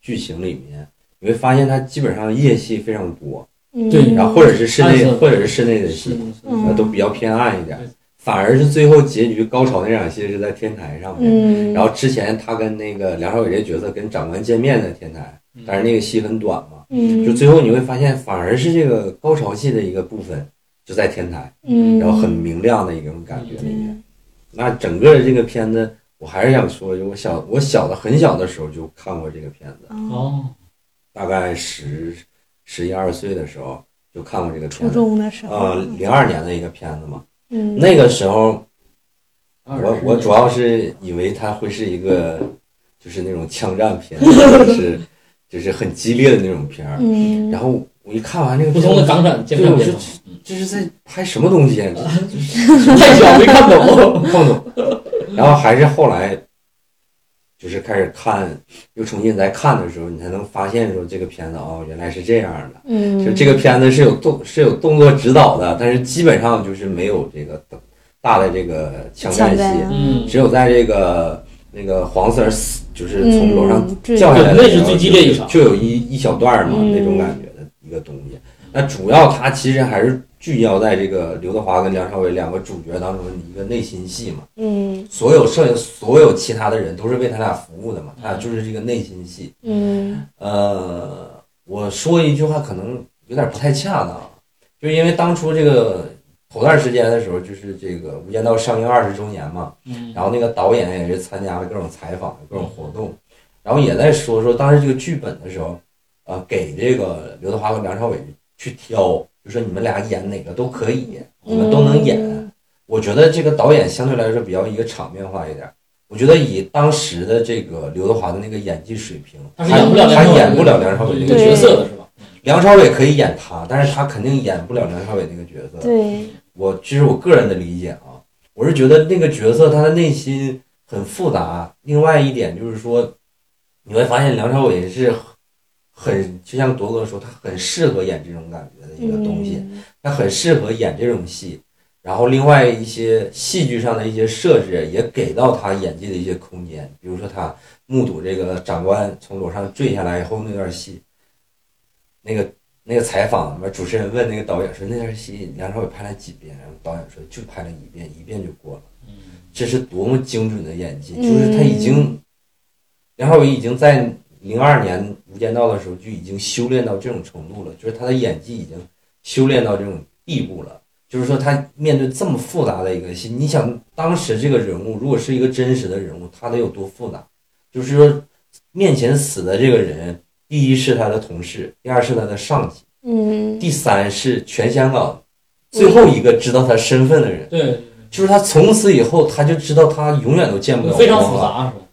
剧情里面，你会发现它基本上夜戏非常多，嗯，对然后或者是室内暗色或者是室内的是戏，呃嗯那都比较偏暗一点对。反而是最后结局高潮那场戏是在天台上面，嗯，然后之前他跟那个梁朝伟这角色跟长官见面在天台，嗯但是那个戏很短嘛，嗯就最后你会发现反而是这个高潮戏的一个部分就在天台，嗯，然后很明亮的一种感觉里面。嗯那整个这个片子，我还是想说，就我小我小的很小的时候就看过这个片子，哦，哦，大概十十一二岁的时候就看过这个初片子，中的时候，呃，零二年的一个片子嘛。嗯，那个时候我20我主要是以为它会是一个 就是那种枪战片，或者是就是很激烈的那种片儿，嗯，然后我一看完这个不片同的子，港产对，片我别这这是在拍什么东西啊？太小没看懂。放纵。然后还是后来，就是开始看，又重新再看的时候，你才能发现说这个片子哦，原来是这样的。嗯，就这个片子是有动是有动作指导的，但是基本上就是没有这个大的这个枪战抢戏，啊嗯，只有在这个那个黄 Sir 死就是从楼上嗯坠掉下来对的那时是候，最激烈一场就有一一小段儿嘛、嗯那种感觉的一个东西。那主要它其实还是聚焦在这个刘德华跟梁朝伟两个主角当中的一个内心戏嘛。嗯所有剩下所有其他的人都是为他俩服务的嘛，他俩就是这个内心戏。嗯呃，我说一句话可能有点不太恰当，啊就因为当初这个头段时间的时候，就是这个《无间道》上映二十周年嘛，嗯然后那个导演也是参加了各种采访、各种活动，然后也在说说当时这个剧本的时候，呃，给这个刘德华和梁朝伟去挑，就说你们俩演哪个都可以，你们都能演。嗯我觉得这个导演相对来说比较一个场面化一点儿。我觉得以当时的这个刘德华的那个演技水平，他是演不了他梁朝伟演不了梁朝伟那这个个对角角色。色的是吧？梁朝伟可以演他，但是他肯定演不了梁朝伟那个角色。对，我这是我个人的理解啊，我是觉得那个角色他的内心很复杂。另外一点就是说，你会发现梁朝伟是很就像铎哥说，他很适合演这种感觉的一个东西。嗯他很适合演这种戏。然后另外一些戏剧上的一些设置也给到他演技的一些空间，比如说他目睹这个长官从楼上坠下来以后那段戏，那个那个采访，那主持人问那个导演说那段戏梁朝伟拍了几遍，然后导演说就拍了一遍，一遍就过了。这是多么精准的演技，就是他已经，梁朝伟已经在零二年《无间道》的时候就已经修炼到这种程度了，就是他的演技已经修炼到这种地步了。就是说，他面对这么复杂的一个戏，你想当时这个人物如果是一个真实的人物，他得有多复杂？就是说，面前死的这个人，第一是他的同事，第二是他的上级，嗯，第三是全香港最后一个知道他身份的人。对，就是他从此以后，他就知道他永远都见不了非常光复了。杂是吧？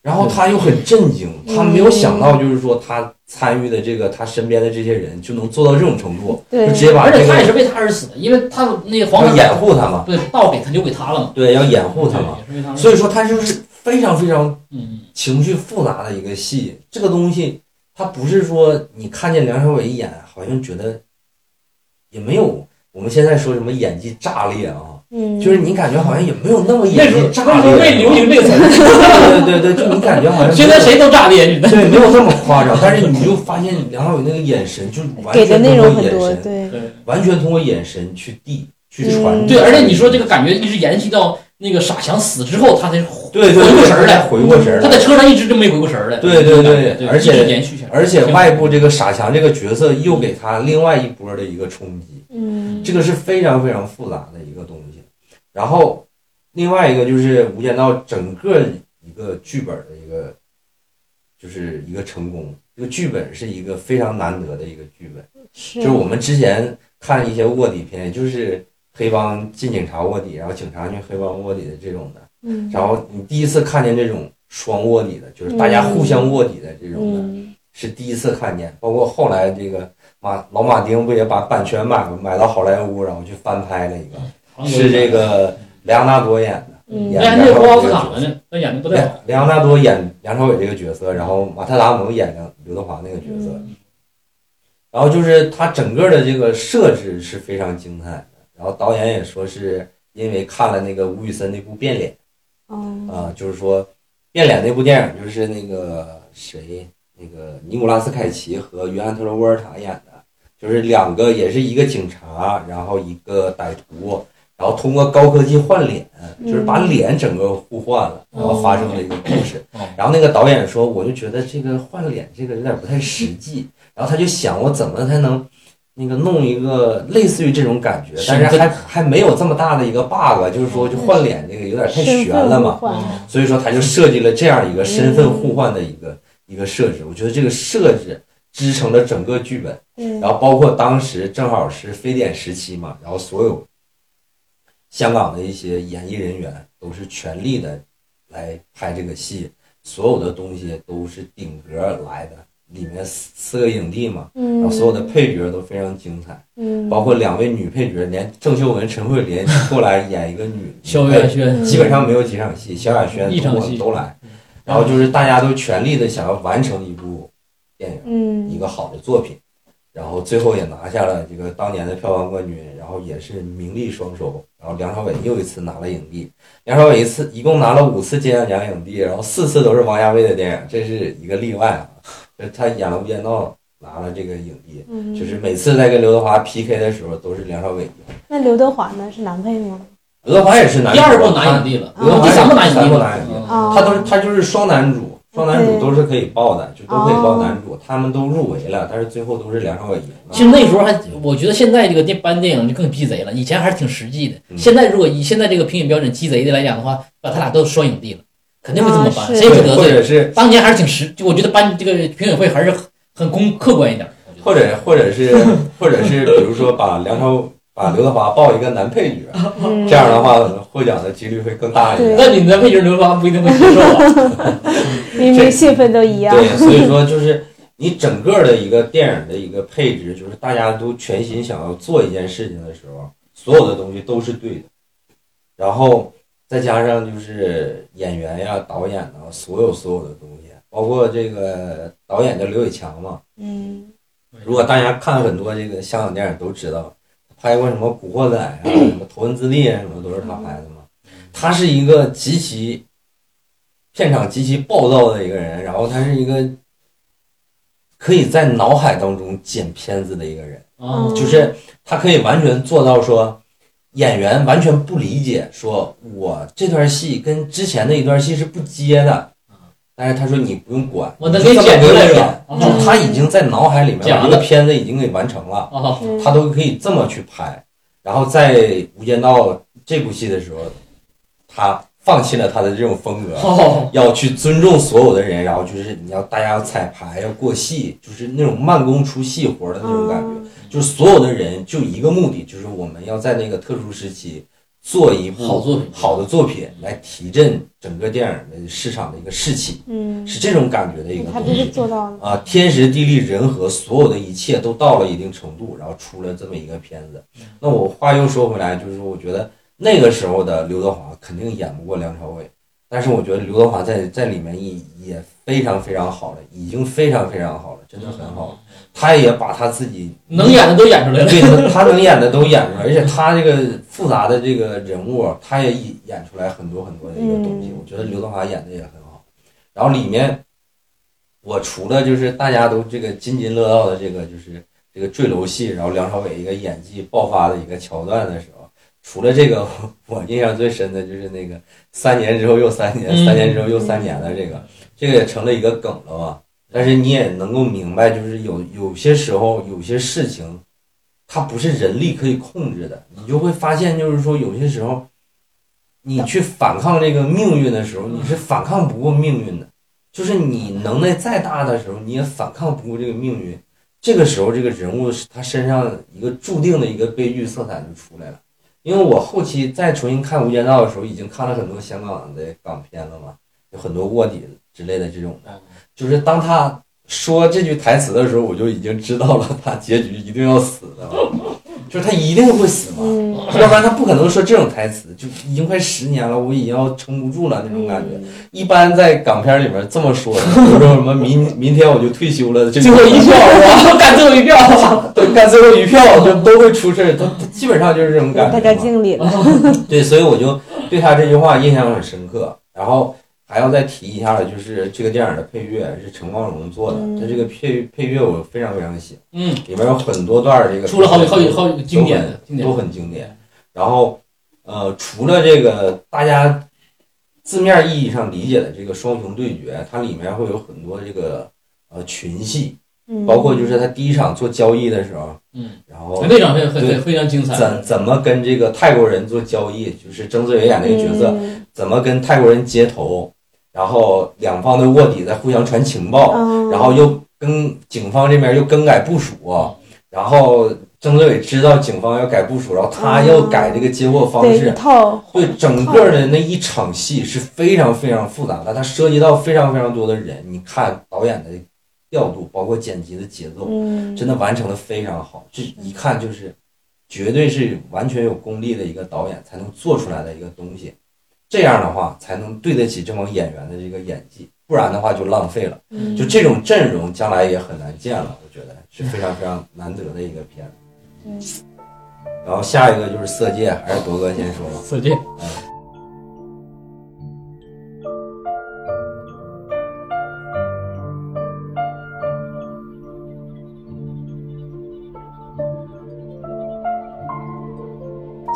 然后他又很震惊，嗯他没有想到，就是说他参与的这个他身边的这些人就能做到这种程度，就对，直接把而这且他也个是为他而死的，因为他那个皇要上掩护他嘛，对道给他留给他了嘛，对，要掩护他嘛。对也是为他而死。所以说他就是非常非常嗯，情绪复杂的一个戏。这个东西，他不是说你看见梁朝伟演，好像觉得也没有我们现在说什么演技炸裂啊，嗯，就是你感觉好像也没有那么那演时候技那炸时候裂。没 流行这个词，对对 对，就你感觉好像现在谁都炸裂，你的。 对没有那么夸张，但是 你就发现梁朝伟那个眼神，就完给的全内通容过很眼多，神，对，嗯对完全通过眼神去递去传递。嗯对，而且你说这个感觉一直延续到那个傻强死之后，他才对对回过对神儿来回过神儿他在来。车上一直就没回过神儿来。对对对对，而且一直延续下来，而且外部这个傻强这个角色又给他另外一波的一个冲击，嗯，这个是非常非常复杂的一个东西。然后另外一个就是《无间道》整个一个剧本的一个就是一个成功，这个剧本是一个非常难得的一个剧本。是就是我们之前看一些卧底片，就是黑帮进警察卧底，然后警察去黑帮卧底的这种的。嗯然后你第一次看见这种双卧底的，就是大家互相卧底的这种的，嗯是第一次看见。包括后来这个马老马丁不也把版权买买到好莱坞，然后去翻拍了一个，嗯是这个莱昂纳多演的，嗯演哎，梁那朝获奥斯伟这个卡角了色。呢，那演的不太莱好。莱昂纳多演梁朝伟这个角色，然后马特达蒙演梁刘德华那个角色。嗯然后就是它整个的这个设置是非常精彩的。然后导演也说是因为看了那个吴宇森那部《变脸嗯》啊，就是说《变脸》那部电影就是那个谁，那个尼古拉斯凯奇和约翰特罗沃尔塔演的，就是两个也是一个警察，然后一个歹徒，然后通过高科技换脸，就是把脸整个互换了，然后发生了一个故事。哦然后那个导演说，我就觉得这个换脸这个有点不太实际，然后他就想我怎么才能那个弄一个类似于这种感觉，但是身份还还没有这么大的一个 bug，就是说就换脸这个有点太身悬份了互嘛，换所以说他就设计了这样一个身份互换的一个、一个设置，我觉得这个设置支撑了整个剧本。对，然后包括当时正好是非典时期嘛，然后所有香港的一些演艺人员都是全力的来拍这个戏，所有的东西都是顶格来的，里面四四个影帝嘛，然嗯后所有的配角都非常精彩，嗯，包括两位女配角，连郑秀文、陈慧 琳后来演一个女，萧亚哎轩基本上没有几场戏，萧亚轩一场都戏嗯都来，然后就是大家都全力的想要完成一部电影。一嗯个好的作品，然后最后也拿下了这个当年的票房冠军，然后也是名利双收。然后梁朝伟又一次拿了影帝，梁朝伟一次一共拿了五次金像奖影帝，然后四次都是王家卫的电影，这是一个例外啊。就是他演了《无间道》，拿了这个影帝，嗯，就是每次在跟刘德华 PK 的时候都是梁朝伟赢。那刘德华呢是男配吗？刘德华也是男第主啊二部拿影帝了，刘德华第也是三部拿影三帝部了拿影帝，啊，哦他都是他就是双男主，双男主都是可以报的，就都可以报男主，他们都入围了，但是最后都是梁朝伟赢了嗯。其实那时候还，我觉得现在这个电搬电影就更鸡贼了，以前还是挺实际的。嗯现在如果以现在这个评选标准鸡贼的来讲的话，把他俩都双影帝了，肯定会这么啊哦搬，是谁也不得或罪。者是当年还是挺实，就我觉得颁这个评委会还是很公客观一点。我觉得或者或者是或者是，比如说把梁朝把刘德华报一个男配角，嗯 这样的，话获奖的几率会更大一点。但你的配角刘德华不一定会接受啊。明明戏份都一样，对，所以说就是你整个的一个电影的一个配置，就是大家都全心想要做一件事情的时候，所有的东西都是对的，然后再加上就是演员呀、导演呐，所有所有的东西，包括这个导演叫刘伟强嘛，嗯如果大家看很多这个香港电影都知道，拍过什么《古惑仔》啊、什么《头文字 D》啊，什么都是他拍的嘛。他是一个极其片场极其暴躁的一个人，然后他是一个可以在脑海当中剪片子的一个人，啊，就是他可以完全做到说。演员完全不理解，说我这段戏跟之前的一段戏是不接的，但是他说你不用管，嗯我能你给就这么剪给出来我是演吧？啊就他已经在脑海里面假把的这个片子已经给完成了，啊，嗯，他都可以这么去拍。然后在《无间道》这部戏的时候，他放弃了他的这种风格，好，要去尊重所有的人，然后就是你要大家要彩排，要过戏，就是那种慢工出细活的那种感觉。嗯就是所有的人就一个目的，就是我们要在那个特殊时期做一好部作品，好的作品，来提振整个电影的市场的一个士气，嗯，是这种感觉的一个他东这西是。做到了，啊，天时地利人和，所有的一切都到了一定程度，然后出了这么一个片子。嗯那我话又说回来，就是我觉得那个时候的刘德华肯定演不过梁朝伟，但是我觉得刘德华在在里面也也非常非常好了，已经非常非常好了，真的很好了。他也把他自己嗯能演的都演出来了。对他他能演的都演出来，而且他这个复杂的这个人物，他也演演出来很多很多的一个东西。嗯我觉得刘德华演的也很好。然后里面，我除了就是大家都这个津津乐道的这个就是这个坠楼戏，然后梁朝伟一个演技爆发的一个桥段的时候，除了这个， 我印象最深的就是那个三年之后又三年，嗯三年之后又三年的这个，这个也成了一个梗了嘛。但是你也能够明白，就是有有些时候有些事情，它不是人力可以控制的，你就会发现，就是说有些时候，你去反抗这个命运的时候，你是反抗不过命运的，就是你能耐再大的时候，你也反抗不过这个命运。这个时候，这个人物是他身上一个注定的一个悲剧色彩就出来了。因为我后期再重新看《无间道》的时候，已经看了很多香港的港片了嘛，有很多卧底之类的这种的。就是当他说这句台词的时候，我就已经知道了他结局一定要死的了，就是他一定会死嘛，嗯，要不然他不可能说这种台词。就已经快十年了，我已经要撑不住了那种感嗯觉。一般在港片里面这么说的，比如说什么明明天我就退休了，这最后一票是吧？干最后一票， 对干最后一票就都会出事儿，他他基本上就是这种感觉大嘛。概敬礼了，对，所以我就对他这句话印象很深刻。然后还要再提一下的，就是这个电影的配乐是陈光荣做的，嗯他这个配配乐我非常非常喜欢，嗯，里面有很多段儿这个出了好几好几好几个经典的经典都。很经典。然后，呃，除了这个大家字面意义上理解的这个双雄对决，它里面会有很多这个呃群戏，嗯，包括就是他第一场做交易的时候，嗯，然后那场非非非常精彩。怎怎么跟这个泰国人做交易，就是曾志伟演那个角色，嗯，怎么跟泰国人接头，然后两方的卧底在互相传情报，嗯然后又跟警方这边又更改部署，然后曾志伟知道警方要改部署，然后他要改这个接货方嗯对式一。套，对整个的那一场戏是非常非常复杂的，它涉及到非常非常多的人。你看导演的调度，包括剪辑的节奏，嗯，真的完成的非常好。这一看就是，绝对是完全有功力的一个导演才能做出来的一个东西。这样的话，才能对得起这帮演员的这个演技，不然的话就浪费了。嗯就这种阵容，将来也很难见了。我觉得是非常非常难得的一个片嗯子。然后下一个就是《色戒》，还是铎哥先说吧。色戒，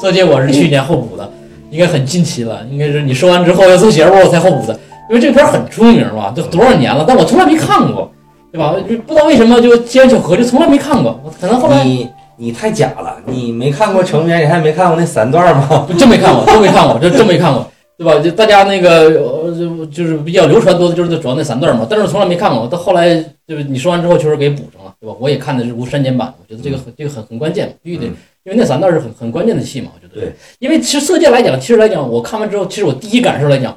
色戒我是去年候补的，应该很近期了，应该是你说完之后要做节目我才候补的，因为这个片儿很出名嘛，都多少年了，但我从来没看过，对吧？就不知道为什么就机缘巧合就从来没看过，我可能后来你你太假了，你没看过成员，你还没看过那三段吗？不真没看过，真没看过，这真没看过，对吧？就大家那个呃就就是比较流传多的就是主要那三段嘛，但是我从来没看过，到后来对吧？你说完之后确实给补上了，对吧？我也看的是无删减版，我觉得这个很这个很很关键，必须得嗯，因为那三段是很很关键的戏嘛，我觉得。对，因为其实《色戒》来讲，其实来讲，我看完之后，其实我第一感受来讲，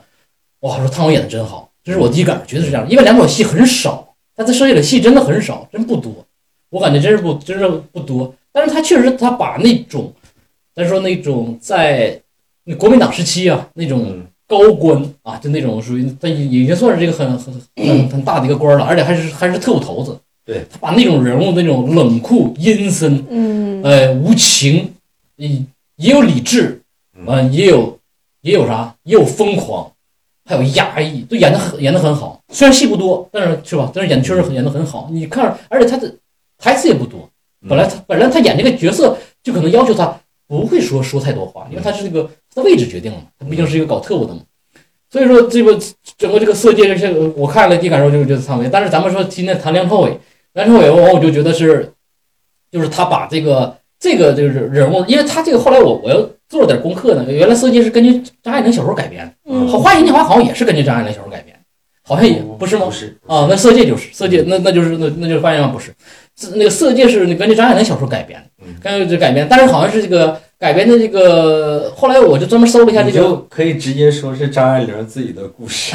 哇，说汤唯演的真好，这是我第一感受，绝对是这样的。因为两场戏很少，但他设计的戏真的很少，真不多，我感觉真是不真是不多。但是他确实他把那种，咱说那种在那国民党时期啊，那种嗯高官啊，就那种属于他已已经算是这个很很很很大的一个官了，而且还是还是特务头子。对他把那种人物那种冷酷、阴森、嗯呃，无情，也也有理智，嗯嗯，也有也有啥，也有疯狂，还有压抑，都演的很演的很好。虽然戏不多，但是是吧？但是演得确实很演的很好。你看着，而且他的台词也不多。本来他本来他演这个角色就可能要求他不会说说太多话，因为他是这个他的位置决定了嘛，他毕竟是一个搞特务的嘛。所以说这个整个这个色戒这些，我看了第一感受就是觉得汤唯。但是咱们说今天谈梁朝伟，梁朝伟我我就觉得是，就是他把这个这个就是人物，因为他这个后来我我要做了点功课呢，原来色戒是根据张爱玲小说改编，嗯，好《花样年华》好像也是根据张爱玲小说改编，好像也不是吗哦不？是啊，那色戒就是色戒，那那就是那那就是发现吗？不是，是那个色戒是根据张爱玲小说改编的嗯，根据改编，但是好像是这个改编的这个，后来我就专门搜了一下这你个，就可以直接说是张爱玲自己的故 事。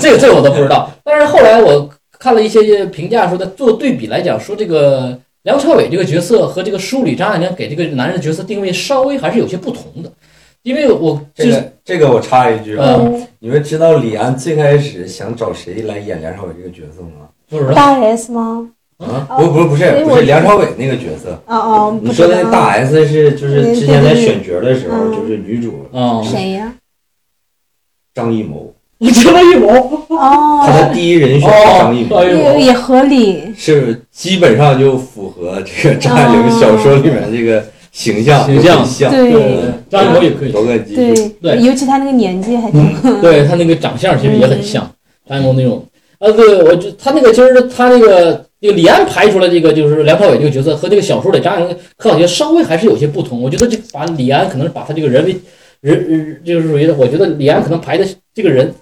这个这个我都不知道。但是后来我看了一些评价，说的做对比来讲，说这个梁朝伟这个角色和这个书里张爱玲给这个男人的角色定位稍微还是有些不同的，因为我这就是个这个我插一句啊，嗯嗯你们知道李安最开始想找谁来演梁朝伟这个角色吗？不知道大 S 吗？啊，哦不不不所是以不我是梁朝伟那个角色，哦哦，你说的那大 S 是嗯就是之前在选角的时候嗯就是女主啊，谁呀？张艺谋，我觉得一毛他哦，的第一人选是张艺谋哦，哎呦也也合理。是基本上就符合这个张爱玲小说里面这个形象，哦嗯有形象点像。对张艺谋也可以，罗根基对对尤其他那个年纪还挺嗯对他那个长相其实也很像张艺谋那种。呃，对，我就他那个其实他那个这个李安排出来这个就是梁朝伟这个角色和这个小说里张艺谋柯小杰稍微还是有些不同。我觉得这把李安可能是把他这个人为人人就是属于我觉得李安可能排的这个人，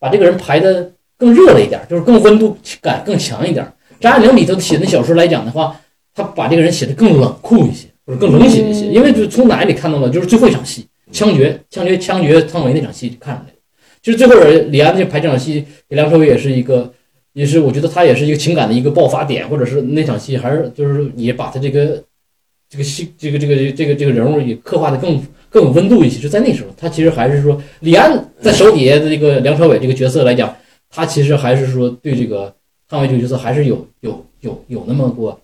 把这个人排的更热了一点，就是更温度感更强一点。张爱玲里头写的小说来讲的话，他把这个人写的更冷酷一些，或者更冷血一些，嗯因为就从哪里看到了，就是最后一场戏枪决，枪决，枪决汤唯那场戏看出来的。就是最后人李安这排这场戏，给梁朝伟也是一个，也是我觉得他也是一个情感的一个爆发点，或者是那场戏还是就是也把他这个这个戏这个这个这个这个人物也刻画的更更有温度一些。就在那时候，他其实还是说李安在手底下的这个梁朝伟这个角色来讲，他其实还是说对这个汤唯这个角色还是有有有有那么过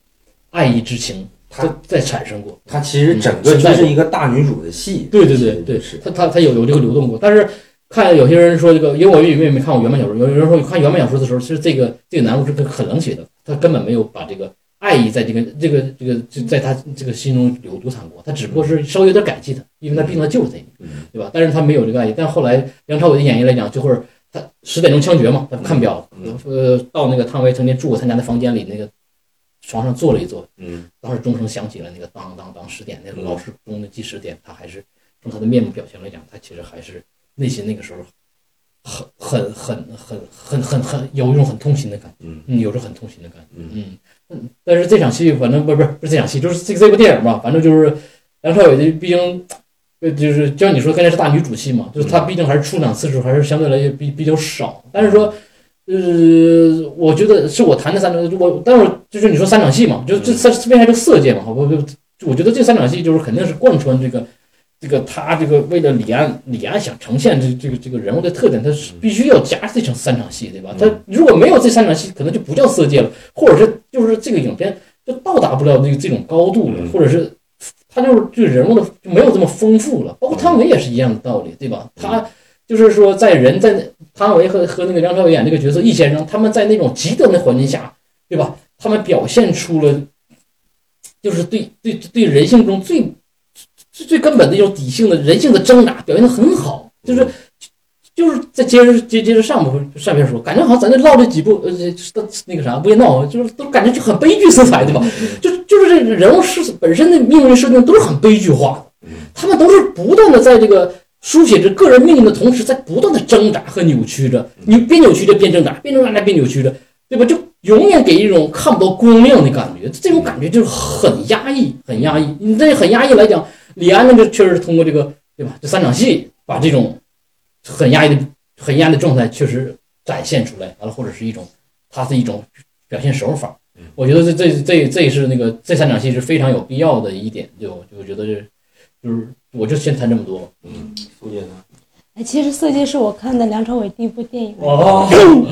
爱意之情，他在产生过。他其实整个就是一个大女主的戏。对对对对，是他他他有有这个流动过，但是看有些人说这个，因为我也没没看过原版小说，有有人说看原版小说的时候，其实这个这个男物是个很冷血的，他根本没有把这个爱意在这个这个这个就在他这个心中流流淌过，他只不过是稍微有点感激他，因为他毕竟他救了他一命嗯，对吧？但是他没有这个爱意，但后来梁朝伟的演绎来讲，就会儿他十点钟枪决嘛，他看表，嗯呃，到那个汤唯曾经住过他家的房间里那个床上坐了一坐，嗯当时钟声响起了，那个当当当十点，那个老时钟的计时点，他还是从他的面部表情来讲，他其实还是内心那个时候很很很很很很很有一种很痛心的感觉，嗯嗯，有着很痛心的感觉，嗯嗯嗯。但是这场戏，反正不是不是不是这场戏，就是这这部电影吧，反正就是梁朝伟的，毕竟呃就是就像你说，刚才是大女主戏嘛，就是他毕竟还是出场次数还是相对来也比比较少，但是说呃，我觉得是我谈的三场，我待会儿就是你说三场戏嘛，就这三为啥叫色戒嘛？我我我觉得这三场戏就是肯定是贯穿这个这个他这个为了李安，李安想呈现这这个这个人物的特点，他是必须要加这场三场戏，对吧？他如果没有这三场戏，可能就不叫色戒了，或者是就是这个影片就到达不了那个这种高度了嗯，或者是他就是这个人物的就没有这么丰富了。包括汤唯也是一样的道理，对吧？他就是说在人在汤唯和和那个梁朝伟演这个角色易先生，他们在那种极端的环境下，对吧？他们表现出了就是对对对人性中最最最根本的一种底性的人性的挣扎，表现的很好，就是。就是在接着接接着上部分上边说，感觉好像咱这唠这几部呃这这那个啥不也闹，就是都感觉就很悲剧色彩，对吧？嗯就是就是这人物是本身的命运设定都是很悲剧化的，他们都是不断的在这个书写着个人命运的同时，在不断的挣扎和扭曲着，你边扭曲着边挣扎，边挣扎着边扭曲着，对吧？就永远给一种看不到光亮的感觉，这种感觉就是很压抑，很压抑。你这很压抑来讲，李安那个确实通过这个对吧？这三场戏把这种很压抑的、很压抑的状态确实展现出来，完了或者是一种，它是一种表现手法。我觉得这这这这是那个这三场戏是非常有必要的一点，就就我觉得这就是我就先谈这么多。苏姐呢？哎，其实《色戒》是我看的梁朝伟第一部电影，哦，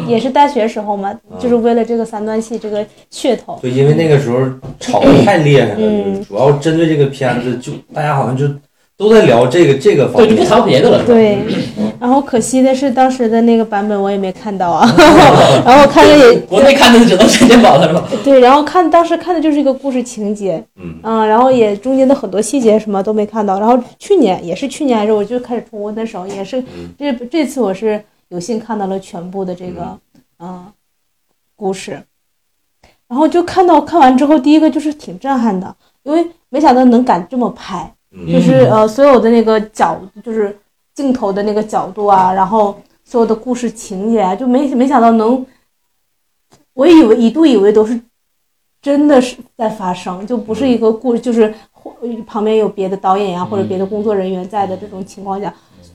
也是大学时候嘛，嗯就是为了这个三段戏这个噱头。就因为那个时候吵得太厉害了，嗯就是主要针对这个片子，就大家好像就都在聊这个这个方对，就面不。谈别的了。对，然后可惜的是当时的那个版本我也没看到啊，然后我看着也国内看的只能陈建宝了，是吧？对，然后看当时看的就是一个故事情节，嗯啊，然后也中间的很多细节什么都没看到，然后去年也是去年还是我就开始重温的时候，也是嗯这这次我是有幸看到了全部的这个嗯故事，然后就看到看完之后，第一个就是挺震撼的，因为没想到能敢这么拍，嗯就是呃所有的那个角，就是镜头的那个角度啊，然后所有的故事情节啊，就没没想到能，我以为一度以为都是真的是在发生，就不是一个故，就是或旁边有别的导演呀、或者别的工作人员在的这种情况下，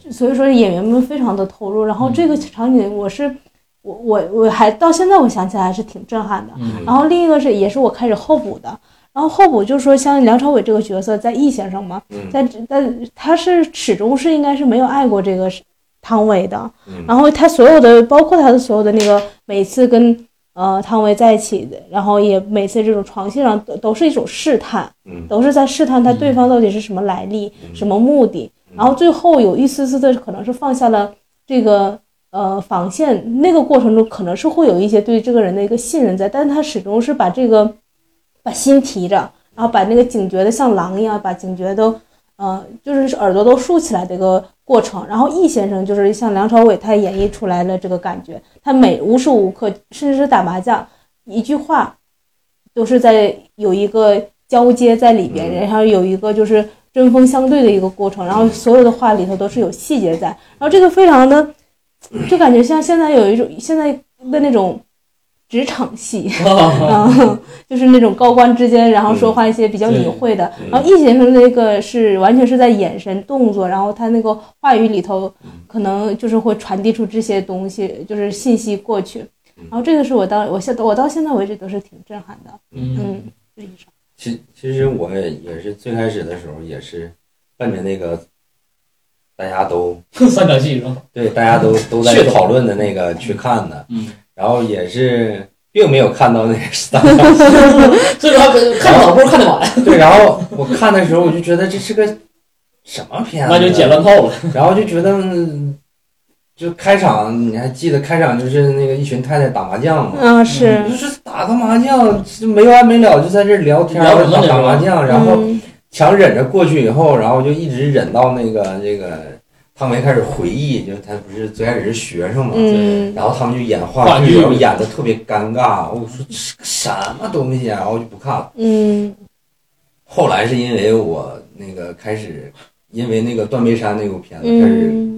所以说演员们非常的投入，然后这个场景我是。我我我还到现在我想起来还是挺震撼的，嗯然后另一个是也是我开始候补的，然后候补就是说像梁朝伟这个角色在易先生嘛，嗯在但他是始终是应该是没有爱过这个是汤唯的，嗯然后他所有的包括他的所有的那个每次跟呃汤唯在一起的，然后也每次这种床戏上都都是一种试探，嗯都是在试探他对方到底是什么来历、嗯什么目的，然后最后有一丝丝的可能是放下了这个呃防线，那个过程中可能是会有一些对这个人的一个信任在，但是他始终是把这个把心提着，然后把那个警觉的像狼一样把警觉都。呃，就是耳朵都竖起来的一个过程。然后易先生就是像梁朝伟，他演绎出来了这个感觉，他每无时无刻，甚至是打麻将，一句话都是在有一个交接在里边，嗯然后有一个就是针锋相对的一个过程。然后所有的话里头都是有细节在，然后这个非常的，就感觉像现在有一种现在的那种职场 戏。嗯，就是那种高官之间，然后说话一些比较隐晦的。嗯然后易先生那个是完全是在眼神、动作，然后他那个话语里头，可能就是会传递出这些东西，就是信息过去。嗯然后这个是我到我现我到现在为止都是挺震撼的。嗯，嗯，这一场其其实我也也是最开始的时候也是奔着那个大家都嗯三场戏是吧？对大家都都在噱头讨论的那个去看的，嗯，然后也是并没有看到那个三大所以说 看得早不如看得晚，对，然后我看的时候我就觉得这是个什么片子，啊那就剪乱套了。然后就觉得，嗯就开场你还记得开场就是那个一群太太打麻将嘛，嗯是就是打个麻将就没完没了，就在这儿聊天儿聊什么打呢打麻将，然后嗯强忍着过去以后，然后就一直忍到那个这个汤唯开始回忆，就是他不是最开始是学生嘛，嗯然后他们就演话话剧剧，然后演的特别尴尬，我说这是个什么东西啊，然后我就不看了。嗯后来是因为我那个开始，因为那个《断背山》那部片子开始，嗯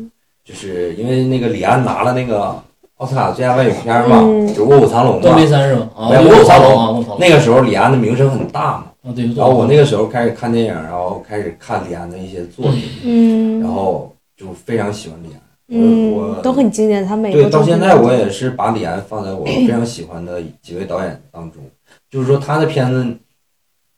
就是因为那个李安拿了那个奥斯卡最佳外语片嘛，嗯就是《卧虎藏龙》断背嘛。山是吧？啊，哎卧卧虎虎藏藏龙龙啊，卧虎藏龙。那个时候李安的名声很大嘛，啊，嗯对，然后我那个时候开始看电影，然后开始看李安的一些作品，嗯，然后就非常喜欢李安。我嗯，我都很经典。他每个对，到作品现都在我也是把李安放在我非常喜欢的几位导演当中，就是说他的片子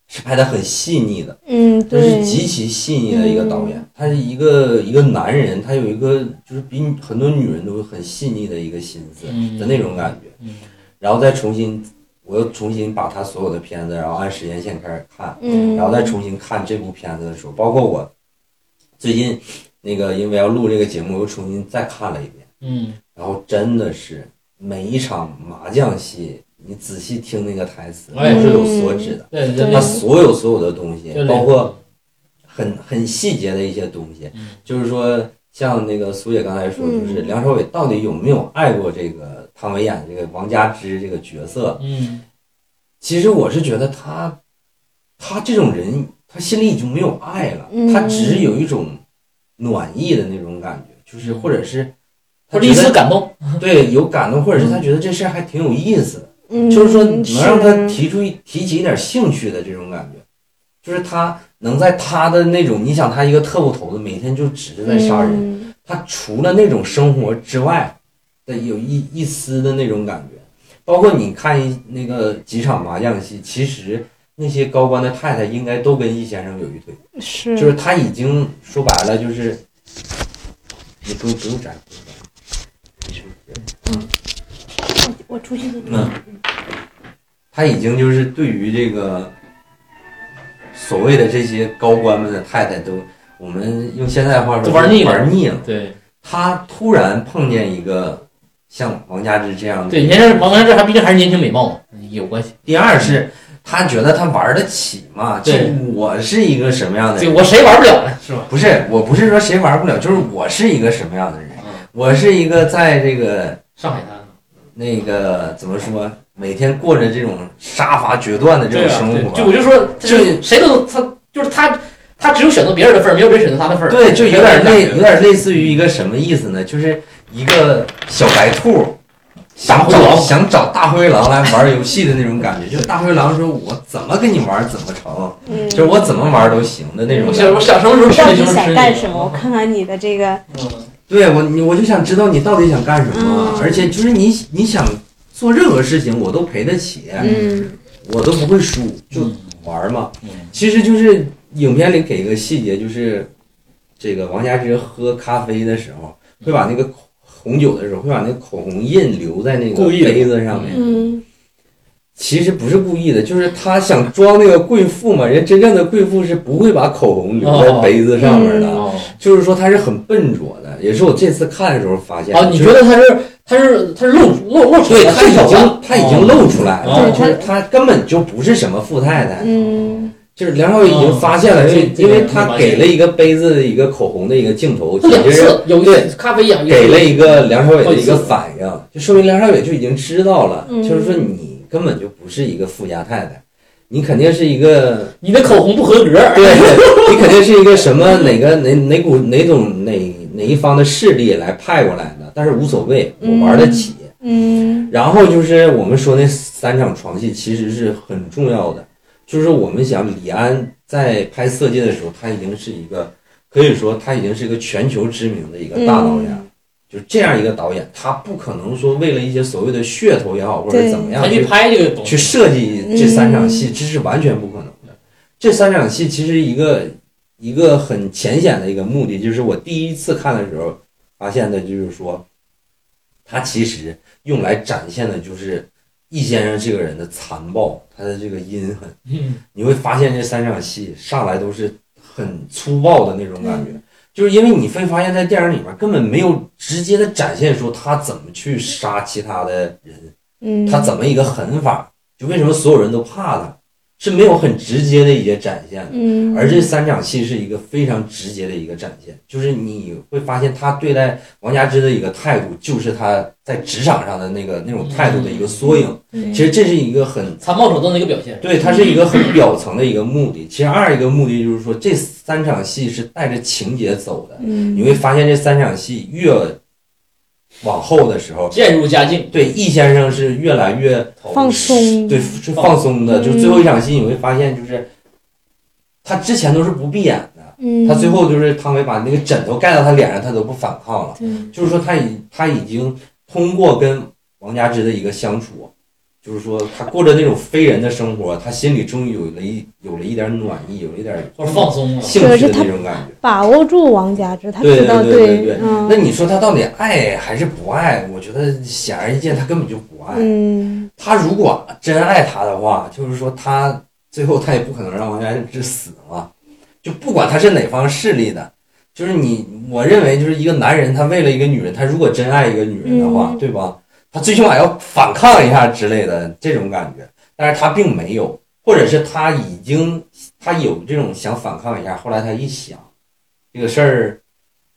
是拍的很细腻的，嗯，他是对，极其细腻的一个导演嗯，他是一个一个男人，他有一个就是比很多女人都很细腻的一个心思嗯的那种感觉，嗯然后再重新，我又重新把他所有的片子，然后按时间线开始看，嗯，然后再重新看这部片子的时候，包括我最近那个因为要录这个节目，我又重新再看了一遍。嗯然后真的是每一场麻将戏，你仔细听那个台词，哎都是有所指的。对对嗯对他所有所有的东西对，，包括很很细节的一些东西，嗯就是说，像那个苏姐刚才说，嗯就是梁朝伟到底有没有爱过这个汤唯演的这个王佳芝这个角色？嗯其实我是觉得他，他这种人，他心里已经没有爱了，嗯他只有一种暖意的那种感觉，就是或者是他或者觉一得丝感嗯动，对，有感动，或者是他觉得这事儿还挺有意思的，嗯就是说能让他是提出一提起一点兴趣的这种感觉，就是他能在他的那种，你想他一个特务头子，每天就只是在杀人，嗯他除了那种生活之外的有一一丝的那种感觉，包括你看一那个几场麻将戏，其实那些高官的太太应该都跟易先生有一腿，是就是他已经说白了就是，你不用不用摘，不用摘没事没事我出去就嗯，他已经就是对于这个所谓的这些高官们的太太都，我们用现在的话说都玩腻了玩腻了。对他突然碰见一个像王佳芝这样的，对，年轻王安这还毕竟还是年轻美貌嘛，有关系。第二是他觉得他玩得起嘛，就对我是一个什么样的对，人？我谁玩不了呢，是吧？不是，我不是说谁玩不了，就是我是一个什么样的人？啊嗯我是一个在这个上海滩，那个怎么说，每天过着这种杀伐决断的这对种啊生活，就我就说，就这谁都他就是他，他只有选择别人的份儿，没有人选择他的份儿。对，就有那点种感类，觉有点类似于一个什么意思呢？就是一个小白兔，大想灰狼找想找大灰狼来玩游戏的那种感觉。就是大灰狼说：“我怎么跟你玩怎么成，嗯就是我怎么玩都行的那种我感想觉。我想什么时候吃到你什底么时候吃想你干什么？我看看你的这个，嗯，对我，你我就想知道你到底想干什么，啊嗯而且就是你你想做任何事情，我都赔得起，嗯我都不会输，就嗯玩嘛。嗯其实就是影片里给一个细节，就是这个王佳芝喝咖啡的时候，会把那个口红酒的时候，会把那个口红印留在那个故意的杯子上面。嗯其实不是故意的，就是他想装那个贵妇嘛。人真正的贵妇是不会把口红留在杯子上面的，哦哦，就是说他是很笨拙的，也是我这次看的时候发现的。哦，你就觉是得他是他是他是露露露出对来他已经他已经露出来了，哦就是他根本就不是什么富太太。嗯就是梁朝伟已经发现了，哦因为这因这个为他给了一个杯子的一个口红的一个镜 头，他两其实次有一对次咖啡养给了一个梁朝伟的一个反应，就说明梁朝伟就已经知道了，嗯就是说你根本就不是一个富家太太，你肯定是一 个你的口红不合格，对，你肯定是一个什么哪个哪哪股哪种哪哪一方的势力来派过来的，但是无所谓，我玩得起。嗯然后就是我们说那三场床戏其实是很重要的，就是我们想李安在拍《色戒》的时候，他已经是一个可以说他已经是一个全球知名的一个嗯大导演，就这样一个导演，他不可能说为了一些所谓的噱头也好或者对怎么样他去去拍这个东嗯去西，设计这三场戏，这是完全不可能的。这三场戏其实一个一个很浅显的一个目的，就是我第一次看的时候发现的，就是说，他其实用来展现的就是易先生这个人的残暴，他的这个阴狠。嗯，你会发现这三场戏上来都是很粗暴的那种感觉，就是因为你会发现在电影里面根本没有直接的展现说他怎么去杀其他的人。嗯，他怎么一个狠法，就为什么所有人都怕他，是没有很直接的一些展现的。嗯，而这三场戏是一个非常直接的一个展现，就是你会发现他对待王佳芝的一个态度，就是他在职场上的那个那种态度的一个缩影。嗯其实这是一个很残暴手段的一个表现。对，它是一个很表层的一个目的。其实二一个目的就是说，这三场戏是带着情节走的，嗯你会发现这三场戏越往后的时候，渐入佳境，对易先生是越来越放松对，是放松的。嗯就最后一场戏，你会发现，就是他之前都是不闭眼的，嗯，他最后就是汤唯把那个枕头盖到他脸上，他都不反抗了。对就是说他已他已经通过跟王佳芝的一个相处，就是说他过着那种非人的生活，他心里终于有了一有了一点暖意，有了一点或者放松了。兴趣的那种感觉。把握住王佳芝，他对知道对对对对那嗯你说他到底爱还是不爱？我觉得显而易见，他根本就不爱。嗯，他如果真爱他的话，就是说他最后他也不可能让王家之死嘛，就不管他是哪方势力的，就是你，我认为就是一个男人，他为了一个女人，他如果真爱一个女人的话，嗯对吧？他最起码要反抗一下之类的这种感觉，但是他并没有，或者是他已经他有这种想反抗一下，后来他一想，这个事儿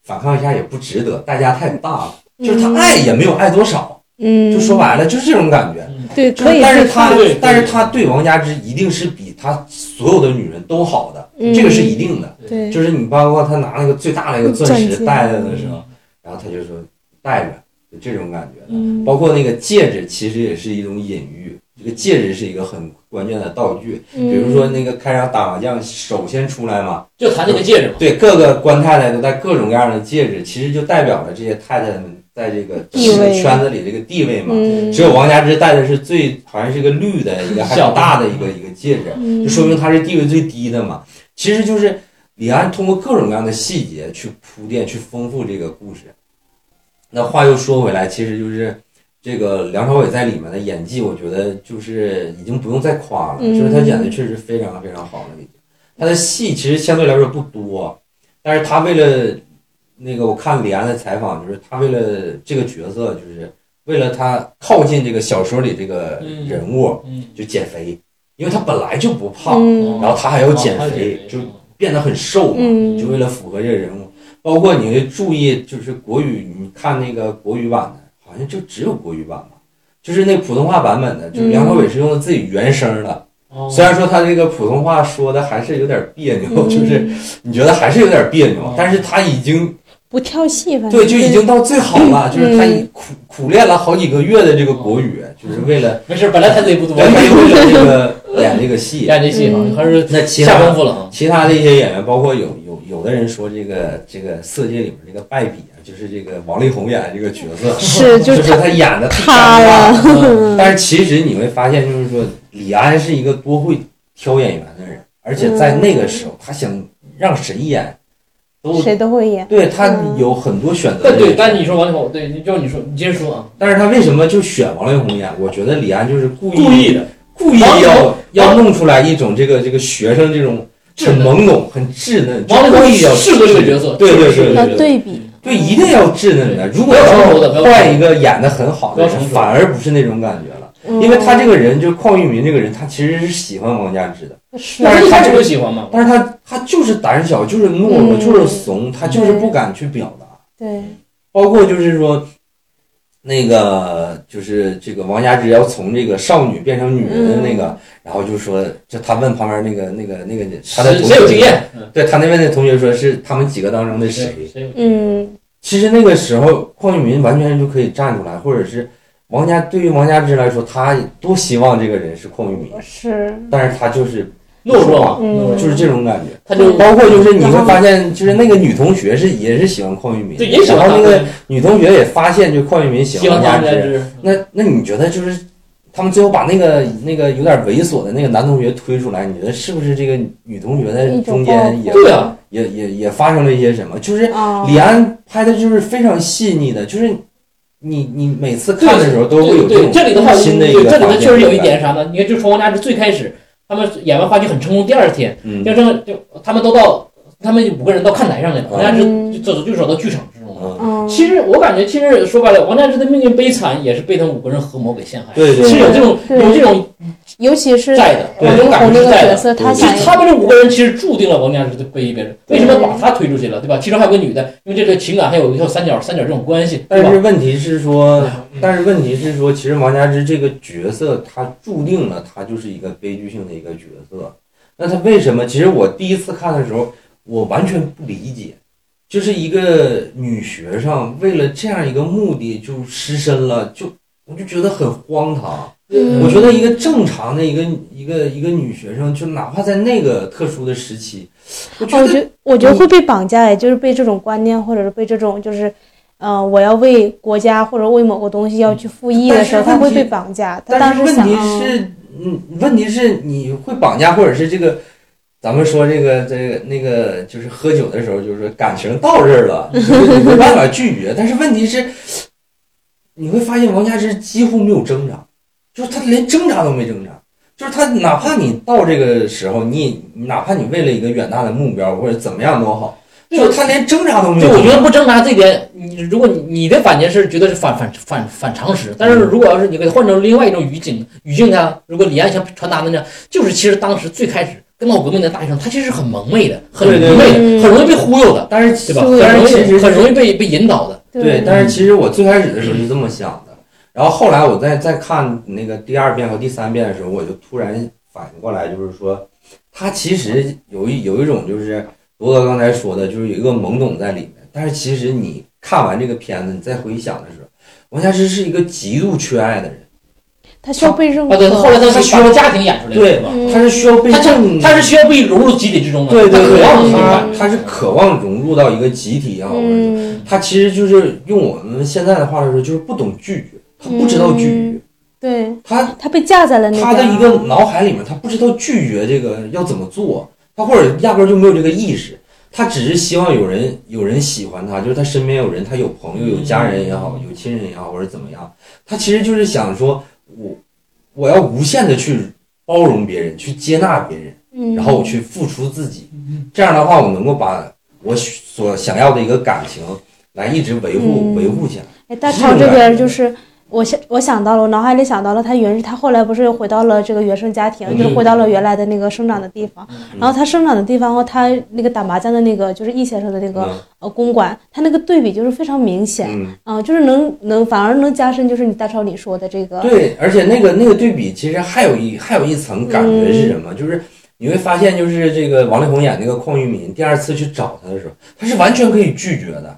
反抗一下也不值得，代价太大了，就是他爱也没有爱多少，嗯，就说白了就是这种感觉。嗯，对，就可是以但是自控他对，但是他对王佳芝一定是比他所有的女人都好的，嗯这个是一定的。对，就是你包括他拿那个最大的一个钻钻石戒嗯戴着的时候，然后他就说戴着，就这种感觉的。嗯包括那个戒指，其实也是一种隐喻。这个戒指是一个很关键的道具，比如嗯说那个开场打麻将首先出来嘛，就谈这个戒指嘛，对各个官太太都戴各种各样的戒指，其实就代表了这些太太们在这个地位圈子里这个地位嘛。嗯，只有王佳芝戴的是最好像是个绿的一个还小挺大的一个一个戒指，嗯就说明她是地位最低的嘛。其实就是李安通过各种各样的细节去铺垫，去丰富这个故事。那话又说回来，其实就是这个梁朝伟在里面的演技，我觉得就是已经不用再夸了，嗯就是他演的确实非常非常好了已经。他的戏其实相对来说不多，但是他为了那个我看李安的采访，就是他为了这个角色，就是为了他靠近这个小说里这个嗯人物，嗯，就减肥，因为他本来就不胖，嗯然后哦他还要减啊肥，就变得很瘦嘛。嗯，就为了符合这个人物。包括你会注意，就是国语，你看那个国语版的，好像就只有国语版吧，就是那普通话版本的，嗯就是梁朝伟是用的自己原声的。哦虽然说他这个普通话说的还是有点别扭，嗯哦就是你觉得还是有点别扭嗯，但是他已经不跳戏，反正对，就已经到最好了，嗯就是他已苦苦练了好几个月的这个国语，就是为了没事，本来谈的也嗯不多，为 了这 个演这个戏。演这戏好像还是那其下他功夫了 啊。其他的一些演员，包括有有有的人说这个这个色戒里面这个败笔啊，就是这个王力宏演的这个角色，是 就是他他演的塌了。了，但是其实你会发现，就是说李安是一个多会挑演员的人，而且在那个时候，他想让谁演都谁都会演，对他有很多选择但的。嗯对，但你说王力宏，对，你就你说，你接着说啊，但是他为什么就选王力宏演？我觉得李安就是故意故意的，故意王力要宏要弄出来一种这个这个学生这种稚很嫩懵懂、很稚嫩，王力就故宏意要适合这个角色，对对是对要对对嗯比，对，一定要稚嫩的。如果不要成熟的不要要换一个演的很好不的要人，成熟反而不是那种感觉了。嗯因为他这个人，就是邝裕民这个人，他其实是喜欢王佳芝的，嗯是但是他就是喜欢嘛，但是他他就是胆小，就是懦弱，嗯就是怂，他就是不敢去表达。对，包括就是说，那个就是这个王佳芝要从这个少女变成女人的那个，嗯然后就说，就他问旁边那个那个那个他的谁同谁有经学，验？嗯对他那边的同学说是他们几个当中的谁。谁有经验？嗯其实那个时候，邝裕民完全就可以站出来，或者是王家对于王家之来说，他多希望这个人是邝裕民，是，但是他就是懦弱嘛，嗯懦弱，就是这种感觉。他就嗯包括就是你会发现，就是那个女同学是也是喜欢邝裕民，对也喜欢然后他那个女同学也发现就邝裕民喜喜欢欢王他家之，之，那那你觉得就是他们最后把那个那个有点猥琐的那个男同学推出来，你觉得是不是这个女同学在一种嗯中间也对啊，也也也发生了一些什么？就是啊，李安拍的就是非常细腻的，就是你你每次看的时候都会有对这这种里的话，新的一对个这里发面现确实有一点啥呢？你看，就从王家之最开始，他们演完话剧很成功，第二天嗯就正就他们都到他们五个人到看台上去了，王家嗯之就走就走到剧场之中了。嗯，嗯，其实我感觉，其实说白了，王家之的命运悲惨也是被他们五个人合谋给陷害。对对是有这种对有这种尤其是在的，对有这种感红觉那是个在角的。色，他其才实他们这五个人其实注定了王家之的悲悲。为什么对把他推出去了，对吧？其中还有个女的，因为这个情感还有一条三角三角这种关系，对但吧？嗯是问题是说，但是问题是说，其实王佳芝这个角色，她注定了她就是一个悲剧性的一个角色。那她为什么？其实我第一次看的时候，我完全不理解，就是一个女学生为了这样一个目的就失身了，就我就觉得很荒唐。嗯我觉得一个正常的一个一个一个女学生，就哪怕在那个特殊的时期，我觉我得觉我嗯觉得会被绑架，也就是被这种观念，或者是被这种就是，呃，我要为国家或者为某个东西要去服役的时候，但他是问会题被绑架。他但当是时问想，题嗯是，嗯，问题是你会绑架，或者是这个，咱们说这个这个那个，就是喝酒的时候，就是说感情到这儿了，你就你没办法拒绝。但是问题是，你会发现王佳芝几乎没有挣扎，就是她连挣扎都没挣扎。就是她哪怕你到这个时候，你哪怕你为了一个远大的目标或者怎么样都好，对就是她连挣扎都没就有。我觉得不正常这一点，你如果你你的反应是觉得是反反反反常识，但是如果要是你给它换成另外一种语境语境呢，如果李安想传达的呢，就是其实当时最开始跟闹革命的大学生，他其实是很蒙昧的，很对愚对昧的，对很容易被忽悠的，但是其对吧？对很容但是其实易很容易被被引导的。对，但是其实我最开始的时候是这么想的，然后后来我再再看那个第二遍和第三遍的时候，我就突然反应过来，就是说，他其实有一有一种就是罗哥刚才说的，就是有一个懵懂在里面。但是其实你看完这个片子，你再回想的时候，王佳芝是一个极度缺爱的人，他需要被认啊，可。对，后来他是需要家庭演出来的，嗯对是吧？嗯她是需要被他是认，他是需要被融入集体之中的，对对他对，渴望嗯情感她，她是渴望融入到一个集体啊，或者是嗯，她其实就是用我们现在的话来说，就是不懂拒绝，她不知道拒绝嗯，对她他被架在了那边。他的一个脑海里面，他不知道拒绝这个要怎么做，他或者压根儿就没有这个意识，他只是希望有人有人喜欢他，就是他身边有人，他有朋友、有嗯家人也好，有亲人也好，或者怎么样，他其实就是想说，我我要无限的去包容别人，去接纳别人，嗯，然后我去付出自己，这样的话，我能够把我所想要的一个感情来一直维护、嗯维护起来。哎，大超这边就是我想我想到了，我脑海里想到了他原他后来不是又回到了这个原生家庭，嗯就是回到了原来的那个生长的地方。然后他生长的地方和他那个打麻将的那个就是易先生的那个嗯呃公馆，他那个对比就是非常明显嗯。啊、就是能能反而能加深就是你大超你说的这个对，而且那个那个对比，其实还有一还有一层感觉是什么？嗯就是你会发现，就是这个王力宏演那个邝裕民，第二次去找他的时候，他是完全可以拒绝的，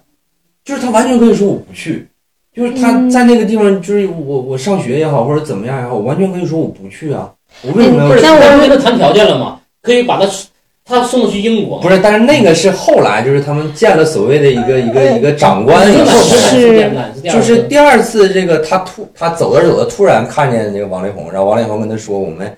就是他完全可以说我不去，就是他嗯在那个地方，就是我我上学也好，或者怎么样也好，我完全可以说我不去啊，我为什么要嗯不去是？但我但是跟他谈条件了嘛，可以把他他送去英国嘛，不是，但是那个是后来，就是他们见了所谓的一个一个一个长官以是后，呃是哎就是第二次这个他突他走着走着突然看见这个王力宏，然后王力宏跟他说我们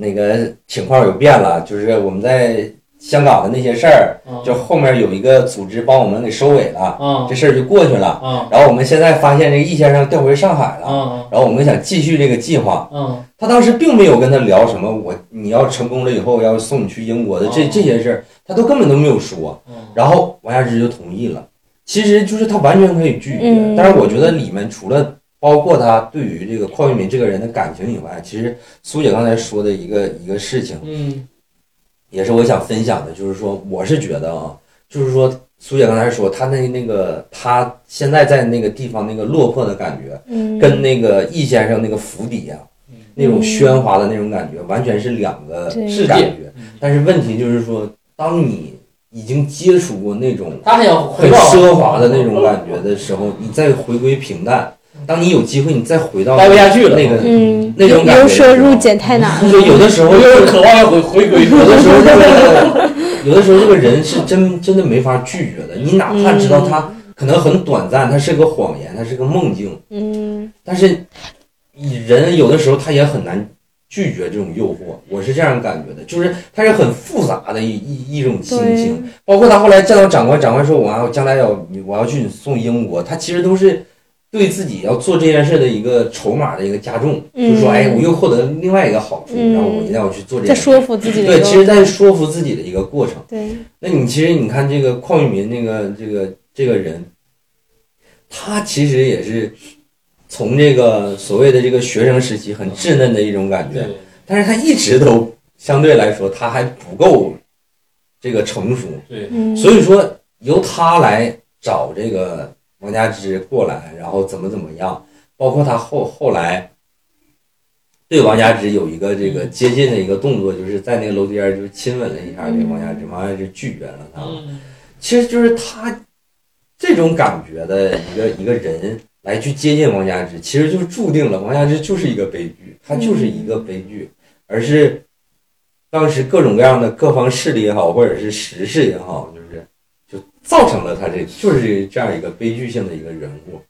那个情况有变了，就是我们在香港的那些事儿，嗯就后面有一个组织帮我们给收尾了，啊这事儿就过去了。啊然后我们现在发现这个易先生调回上海了，啊然后我们想继续这个计划，啊他当时并没有跟他聊什么我你要成功了以后要送你去英国的这哦这些事儿，他都根本都没有说哦。然后王佳芝就同意了。其实就是他完全可以拒绝嗯，但是我觉得里面除了包括他对于这个邝裕民这个人的感情以外，其实苏姐刚才说的一个一个事情，嗯也是我想分享的，就是说我是觉得啊，就是说苏姐刚才说她那那个她现在在那个地方那个落魄的感觉，嗯跟那个易先生那个府邸啊嗯，那种喧哗的那种感觉，完全是两个对世界感觉嗯。但是问题就是说，当你已经接触过那种他还要回很到奢华的那种感 觉的时候，嗯你再回归平淡。当你有机会，你再回到待不下去了那个嗯那种感觉的由时候奢入俭太难了。就 有的时候我就是有渴望要回回归，有的时候这 个，有的时候这个人是真真的没法拒绝的。你哪怕知道他可能很短暂，他是个谎言，他是个梦境，嗯，但是人有的时候他也很难拒绝这种诱惑。我是这样感觉的，就是他是很复杂的一一一种心对情。包括他后来见到长官，长官说我要将来要我要去送英国，他其实都是。对自己要做这件事的一个筹码的一个加重，嗯就是说，哎，我又获得另外一个好处，嗯然后我一定要去做这在件事。说服自己的对，一其个实在说服自己的一个过程。对，那你其实你看这个邝裕民那个这个这个人，他其实也是从这个所谓的这个学生时期很稚嫩的一种感 觉，对，但是他一直都相对来说他还不够这个成熟，嗯，所以说由他来找这个王佳芝过来，然后怎么怎么样，包括他后后来对王佳芝有一个这个接近的一个动作，就是在那个楼梯间就亲吻了一下这个王佳芝，王佳芝拒绝了他。嗯其实就是他这种感觉的一个一个人，来去接近王佳芝，其实就是注定了王佳芝就是一个悲剧，她就是一个悲剧，而是当时各种各样的各方势力也好，或者是时势也好，就是就造成了她这就是这样一个悲剧性的一个人物。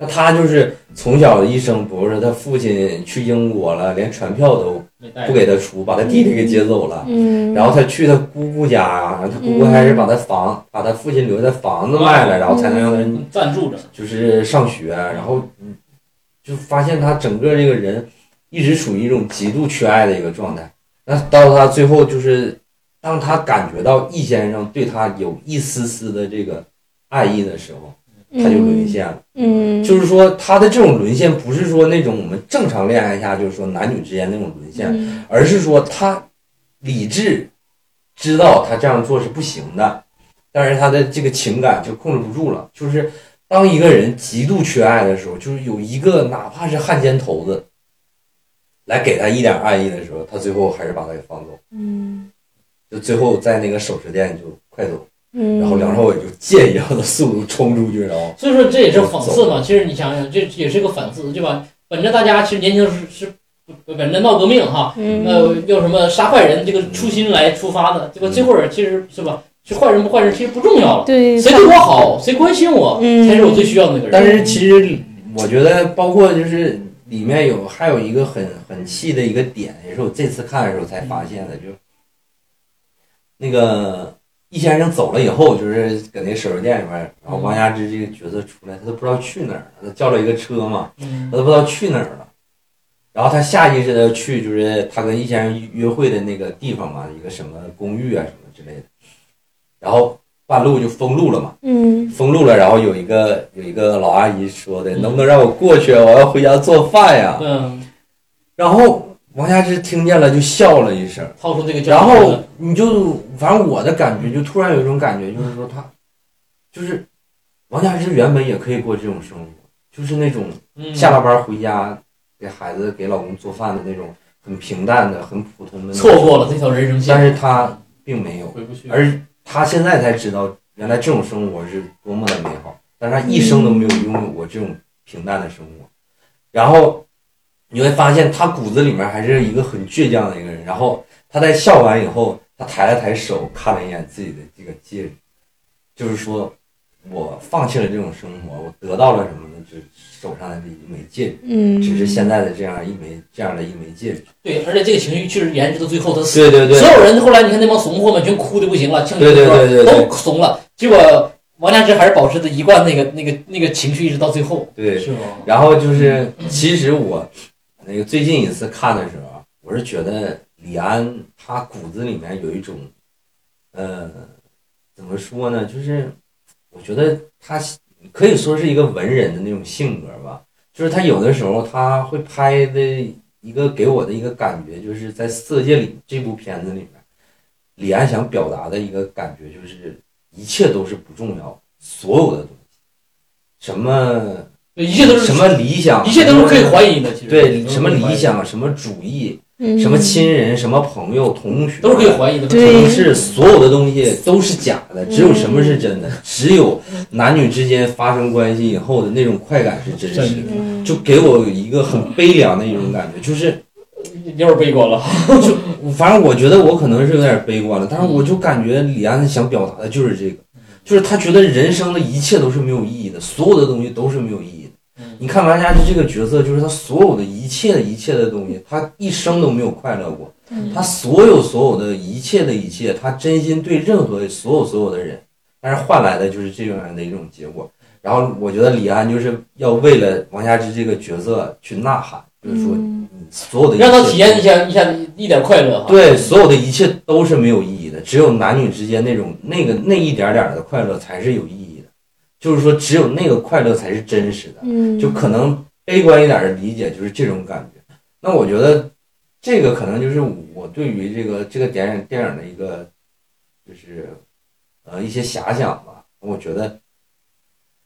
那她就是从小一生，比如说她父亲去英国了，连船票都没带不给她出，把她弟弟给接走了。嗯，然后他去他姑姑家啊，然后他姑姑还是把他嗯房、把他父亲留的房子卖了，然后才能让嗯他赞助着，就是上学，然后嗯就发现他整个这个人一直处于一种极度缺爱的一个状态。那到他最后就是，当他感觉到易先生对他有一丝丝的这个爱意的时候，他就沦陷了。嗯，嗯，就是说，他的这种沦陷不是说那种我们正常恋爱下就是说男女之间那种沦陷，嗯而是说他理智知道他这样做是不行的，但是他的这个情感就控制不住了。就是当一个人极度缺爱的时候，就是有一个哪怕是汉奸头子来给他一点爱意的时候，他最后还是把他给放走。嗯就最后在那个首饰店就快走，嗯，然后梁朝伟就借一样的速度冲出去，然后所以说这也是讽刺嘛。其实你想想，这也是个反思，对吧？本着大家其实年轻时候是是本着闹革命哈，嗯，呃，要什么杀坏人这个初心来出发的，结嗯果这会儿其实是吧，是坏人不坏人其实不重要了，对，谁对我好，谁关心我，嗯才是我最需要的那个人。但是其实我觉得，包括就是里面有还有一个很很细的一个点，也是我这次看的时候才发现的，就那个易先生走了以后，就是搁那手术店里面，然后王佳芝这个角色出来，他都不知道去哪儿，他叫了一个车嘛，嗯他都不知道去哪儿了。然后他下意识的去，就是他跟易先生约会的那个地方嘛，一个什么公寓啊什么之类的。然后半路就封路了嘛，嗯封路了，然后有一个有一个老阿姨说的，能不能让我过去？我要回家做饭呀。嗯，然后王佳芝听见了就笑了一声，掏出这个然胶囊后你就反正我的感觉就突然有一种感觉，就是说他就是王佳芝原本也可以过这种生活，就是那种嗯下了班回家给孩子给老公做饭的那种很平淡的、很普通的。错过，了这条人生但线，是他并没有。回不去。而他现在才知道，原来这种生活是多么的美好，但是他一生都没有拥有过这种平淡的生活。然后你会发现，他骨子里面还是一个很倔强的一个人。然后他在笑完以后，他抬了抬手，看了一眼自己的这个戒指，就是说我放弃了这种生活，我得到了什么呢？就是手上的这一枚戒指，嗯，只是现在的这样一枚这样的一枚戒指。对，而且这个情绪确实延至到最后，他死对对对所有人后来你看那帮怂货们全哭的不行了，庆祝对对对对对都怂了，结果王佳芝还是保持着一贯那个那个那个情绪，一直到最后，对，是吗？然后就是，其实我那个最近一次看的时候啊，我是觉得李安他骨子里面有一种，呃，怎么说呢？就是我觉得他可以说是一个文人的那种性格吧。就是他有的时候他会拍的一个给我的一个感觉，就是在《色戒》里这部片子里面，李安想表达的一个感觉就是一切都是不重要，所有的东西，什么。对，一切都是什么理想，一切都是可以怀疑的，其实对都是什可么以怀疑理的想、什么主义、嗯什么亲人、什么朋友、同学都是可以怀疑的，对都是所有的东西都是假的，嗯只有什么是真的，只有男女之间发生关系以后的那种快感是真实的，嗯就给我一个很悲凉的一种感觉，就是有点悲观了。反正我觉得我可能是有点悲观了，但是嗯我就感觉李安想表达的就是这个，就是他觉得人生的一切都是没有意义的，所有的东西都是没有意义的嗯。你看王佳芝这个角色，就是他所有的一切的一切的东西，他一生都没有快乐过，嗯嗯他所有所有的一切的一切，他真心对任何所有所有的人，但是换来的就是这样的一种结果。然后我觉得李安就是要为了王佳芝这个角色去呐喊，就是说嗯你所有的一切让都他体验一下一下一点快乐哈。对，所有的一切都是没有意义的，只有男女之间那种那个那一点点儿的快乐才是有意义的，就是说只有那个快乐才是真实的。嗯，就可能悲观一点儿的理解就是这种感觉。那我觉得这个可能就是我对于这个这个电影电影的一个就是呃一些遐想吧。我觉得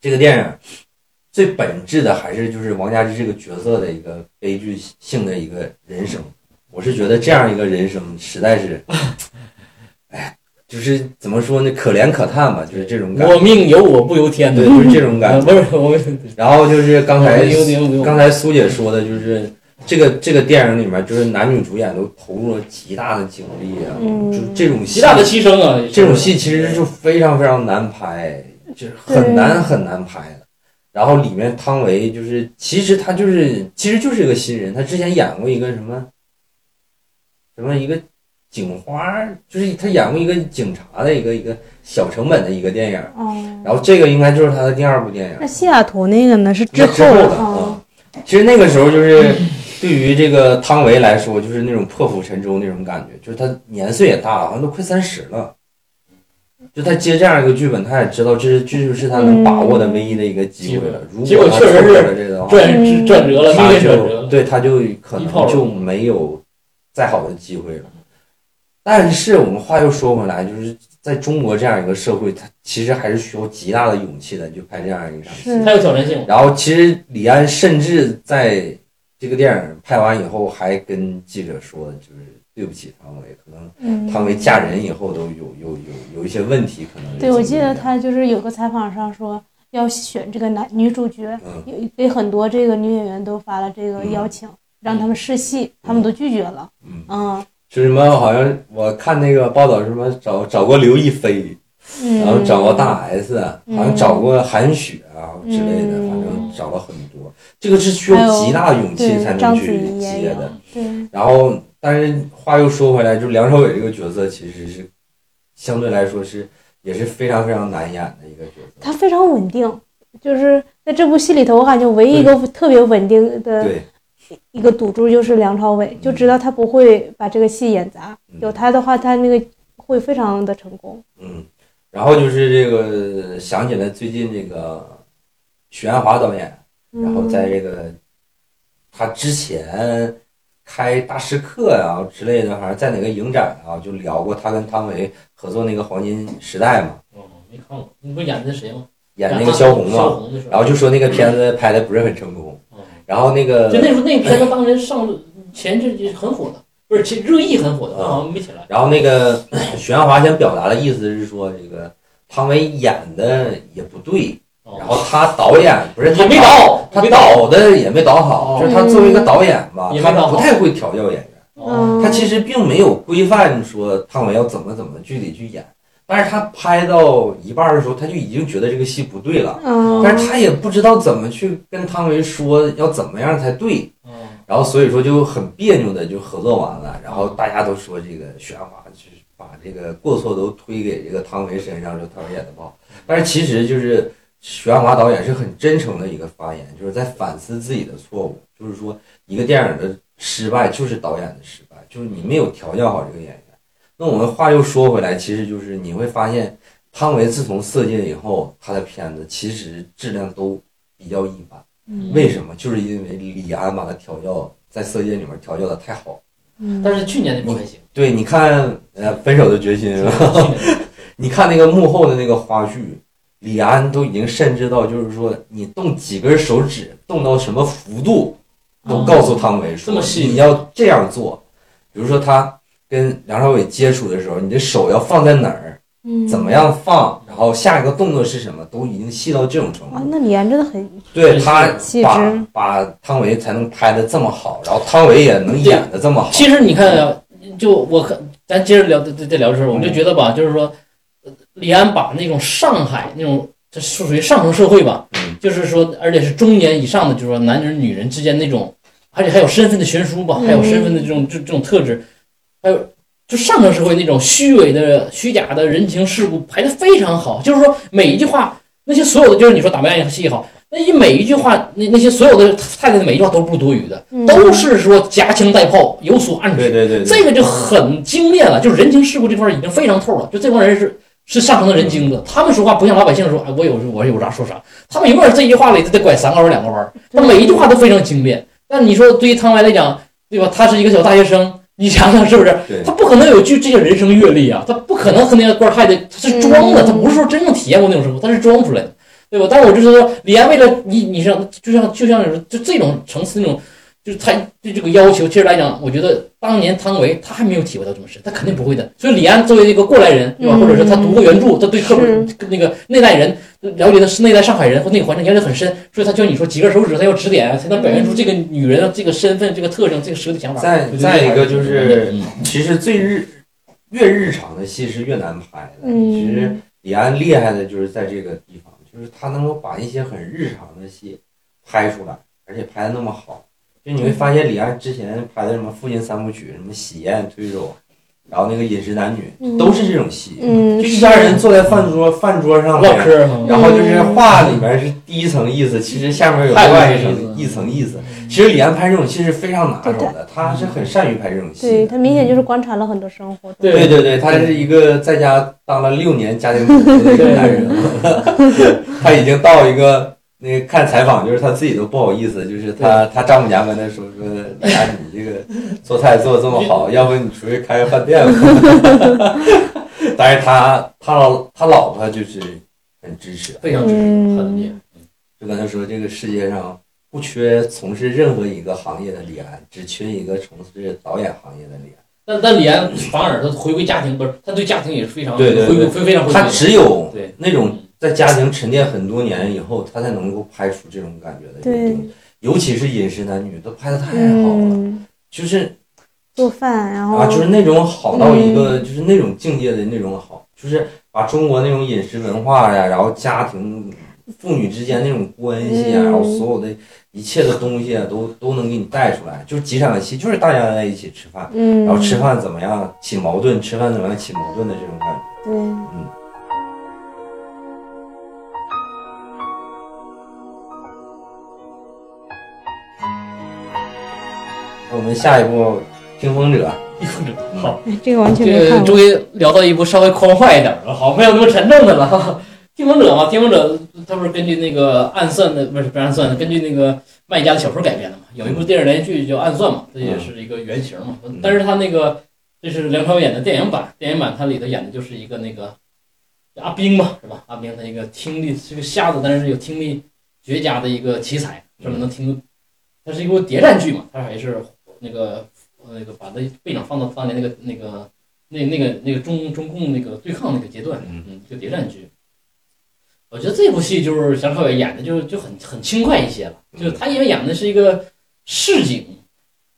这个电影最本质的还是就是王佳芝这个角色的一个悲剧性的一 个人生。我是觉得这样一个人生实在是哎就是怎么说呢，可怜可叹吧，就是这种感觉。我命由我不由天对，的，就是这种感啊呃觉。不是我们然后就是刚才我有点有刚才苏姐说的，就是这个这个电影里面，就是男女主演都投入了极大的精力啊，嗯就是这种戏极大的牺牲啊！这种戏其实就非常非常难拍，就是很难很难拍的。然后里面汤唯就是，其实他就是其实就是个新人，他之前演过一个什么什么一个警花，就是他演过一个警察的一个一个小成本的一个电影。哦，然后这个应该就是他的第二部电影那。西雅图那个呢是之那后之后的哦，啊。其实那个时候嗯就是对于这个汤唯来说，就是那种破釜沉舟那种感觉，就是他年岁也大了，好像都快三十了。就他接这样一个剧本，他也知道这是这就是他能把握的唯一的一个机会了。如嗯结果果他确实错是过了这个的话，转嗯转折了，命他运转折就了。对他就可一炮能而就红没有再好的机会了。但是我们话又说回来，就是在中国这样一个社会，他其实还是需要极大的勇气的，就拍这样一场戏。是太有挑战性了。然后其实李安甚至在这个电影拍完以后，还跟记者说，就是对不起汤唯，可能嗯，汤唯嫁人以后都有有有有一些问题，可能嗯对，我记得，他就是有个采访上说要选这个男女主角，嗯，有给很多这个女演员都发了这个邀请，让他们试戏，他们都拒绝了。嗯嗯是什么？好像我看那个报道，什么找找过刘亦菲，嗯，然后找过大 S，啊嗯好像找过韩雪啊之类的，嗯反正找了很多。这个是需要极大勇气对才能章子去怡也接有的。对，然后，但是话又说回来，就是梁朝伟这个角色其实是相对来说是也是非常非常难演的一个角色。他非常稳定，就是在这部戏里头，我感觉唯一一个特别稳定的对，一个赌注就是梁朝伟，就知道他不会把这个戏演砸，嗯有他的话，他那个会非常的成功。嗯。然后就是这个想起来最近这个许鞍华导演，嗯然后在这个他之前开大师课呀、之类的，好像在哪个影展啊就聊过他跟汤唯合作那个《黄金时代》嘛，哦，没看过，你不演的谁吗？演那个萧红萧嘛，红的时然候，后就说那个片子拍的不是很成功，哦然后那个就那时候那个片子当年上前阵子很火的，不是前热议很火的，啊好像没起来。然后那个 许鞍华想表达的意思是说，这个汤唯演的也不对，哦然后他导演不是他也没导，他没导的也没导好，哦就是他作为一个导演吧嗯，也没他导好不太会调教演员，哦，嗯他其实并没有规范说汤唯要怎么怎么具体去演，但是他拍到一半的时候，他就已经觉得这个戏不对了，嗯，但是他也不知道怎么去跟汤唯说要怎么样才对，嗯然后所以说就很别扭的就合作完了，然后大家都说这个许鞍华就是把这个过错都推给这个汤唯身上，说汤唯演的不好，但是其实就是许鞍华导演是很真诚的一个发言，就是在反思自己的错误，就是说一个电影的失败就是导演的失败，就是你没有调教好这个演员。那我们话又说回来，其实就是你会发现汤唯自从《色戒》以后，她的片子其实质量都比较一般。嗯为什么？就是因为李安把他调教在《色戒》里面调教的太好。嗯但是去年那部还行，对，你看，呃，《分手的决心》 是吧，你看那个幕后的那个花絮，李安都已经甚至到就是说，你动几根手指，动到什么幅度，都告诉汤唯嗯这说么细你要这样做。比如说他跟梁朝伟接触的时候，你的手要放在哪儿，嗯怎么？样放，然后下一个动作是什么，都已经细到这种程嗯度啊，。那李安真的很对他气把质把汤唯才能拍的这么好，然后汤唯也能演的这么好。其实你看啊，就我看，咱接着聊，再再聊这事儿，我就觉得嗯吧，就是说，呃李安把那种上海那种，这是属于上层社会吧，嗯就是说，而且是中年以上的，就是说男人女人之间那种，而且还有身份的悬殊吧，嗯还有身份的这种这这种特质，还有就上层社会那种虚伪的、虚假的人情世故排的非常好，就是说每一句话，那些所有的就是你说打扮也好，戏也好，那些每一句话，那那些所有的太太的每一句话都不是多余的。嗯都是说夹枪带炮，有所暗对指，对对对，这个就很精炼了，就是人情世故这块儿已经非常透了，就这帮人是。是上层的人精嗯的，他们说话不像老百姓说，哎，我有我有啥说啥，他们永远这一句话里得拐三个弯儿两个弯儿，他每一句话都非常精炼。但你说对于汤唯来讲，对吧？他是一个小大学生，你想想是不是？对他不可能有具这些人生阅历啊，他不可能和那个官儿太太他是装的，嗯他不是说真正体验过那种生活，他是装出来的，对吧？但是我就是说，李安为了你，你像就像就像是就这种层次那种就是他对这个要求，其实来讲，我觉得当年汤唯他还没有体会到这种事，他肯定不会的。所以李安作为一个过来人，对吧？嗯或者是他读过原著，他对课本是那个那代人呃了解的是那代上海人或那个环境了解得很深，所以他教你说几根手指，他要指点，才能表现出这个女人这个身份、这个特征、这个蛇的想法。再我觉得再一个这就还是，嗯其实最日越日常的戏是越难拍的。嗯其实李安厉害的就是在这个地方，就是他能够把一些很日常的戏拍出来，而且拍的那么好。就嗯你会发现李安之前拍的什么《父亲三部曲》、什么《喜宴》、《推手》，然后那个《饮食男女》，都是这种戏。嗯，就一家人坐在饭桌饭桌上唠嗑儿哈然后就是话里面是第一层意思，其实下面有另外一层一层意思。其实李安拍这种戏是非常拿手的，他是很善于拍这种对戏的。他明显就是观察了很多生活。对对对对，他是一个在家当了六年家庭主妇的一个男人，他已经到一个那个看采访，就是他自己都不好意思，就是他他丈母娘跟他说说李安你这个做菜做的这么好，要不你出去开个饭店吧。 但是他他老他老婆就是很支持，非常支持，很厉害。就刚才说，这个世界上不缺从事任何一个行业的李安，只缺一个从事导演行业的李安。但但李安反而他回归家庭，不是他对家庭也是非常对对回归对非非常回归他只有对 那种在家庭沉淀很多年以后，他才能够拍出这种感觉的这种东西。尤其是《饮食男女》，都拍的太好了，嗯，就是做饭，然后啊，就是那种好到一个，嗯就是那种境界的那种好，就是把中国那种饮食文化呀，然后家庭。父女之间那种关系啊，嗯然后所有的一切的东西啊，都都能给你带出来。就是几场戏，就是大家在一起吃饭，嗯，然后吃饭怎么样起矛盾，吃饭怎么样起矛盾的这种感觉。对，那我们下一步《听风者》，好，哎这个完全这没个看过。终于聊到一部稍微科幻一点的，好，没有那么沉重的了。 天风者嘛，天风者他不是根据那个暗算的，不是不是暗算的，根据那个卖家的小说改编的嘛。有一部电视连续剧叫《暗算》嘛，这也是一个原型嘛嗯。但是他那个这是梁朝伟演的电影版，电影版它里头演的就是一个那个阿兵嘛，是吧？阿兵他一个听力是个瞎子，但是有听力绝佳的一个奇才，专门能听。它是一部谍战剧嘛，它还是那个呃那个把那背景放到当年那个那个那那个那个中中共那个对抗那个阶段，嗯嗯，就谍战剧。我觉得这部戏就是梁朝伟演的就就很很轻快一些了，嗯就是他因为演的是一个市井，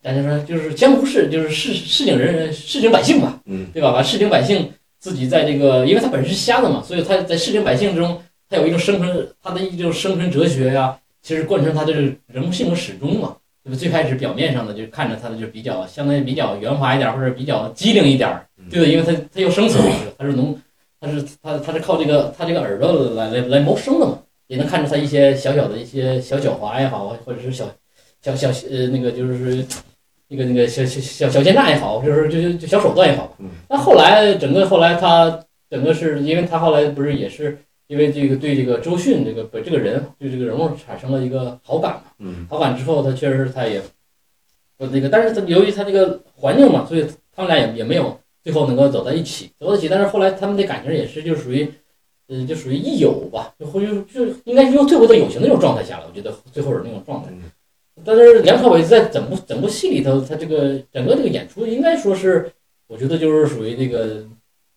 咱就说就是江湖市，就是市市井人人市井百姓吧，嗯，对吧？把市井百姓自己在这个，因为他本身是瞎子嘛，所以他在市井百姓中，他有一种生存，他的一种生存哲学呀、其实贯穿他的人物性格始终嘛。那么最开始表面上呢，就看着他的就比较相当于比较圆滑一点，或者比较机灵一点儿，对的，因为他他要生存嘛，他是农，他是他他是靠这个他这个耳朵来来来谋生的嘛，也能看出他一些小小的一些小狡猾也好，或者是小小小呃那个就是那个那个小小小小奸诈也好，就是就是就小手段也好嗯。但后来整个后来他整个是因为他后来不是也是因为这个对这个周迅这个本这个人对这个人物产生了一个好感嘛。嗯好感之后，他确实他也不那个，但是他由于他这个环境嘛，所以他们俩也也没有最后能够走到一起，走到一起。但是后来他们的感情也是就属于，呃，就属于益友吧，就会就就应该又退回到友情那种状态下了。我觉得最后有那种状哎态。嗯但是梁朝伟在整部整部戏里头，他这个整个这个演出应该说是，我觉得就是属于这个，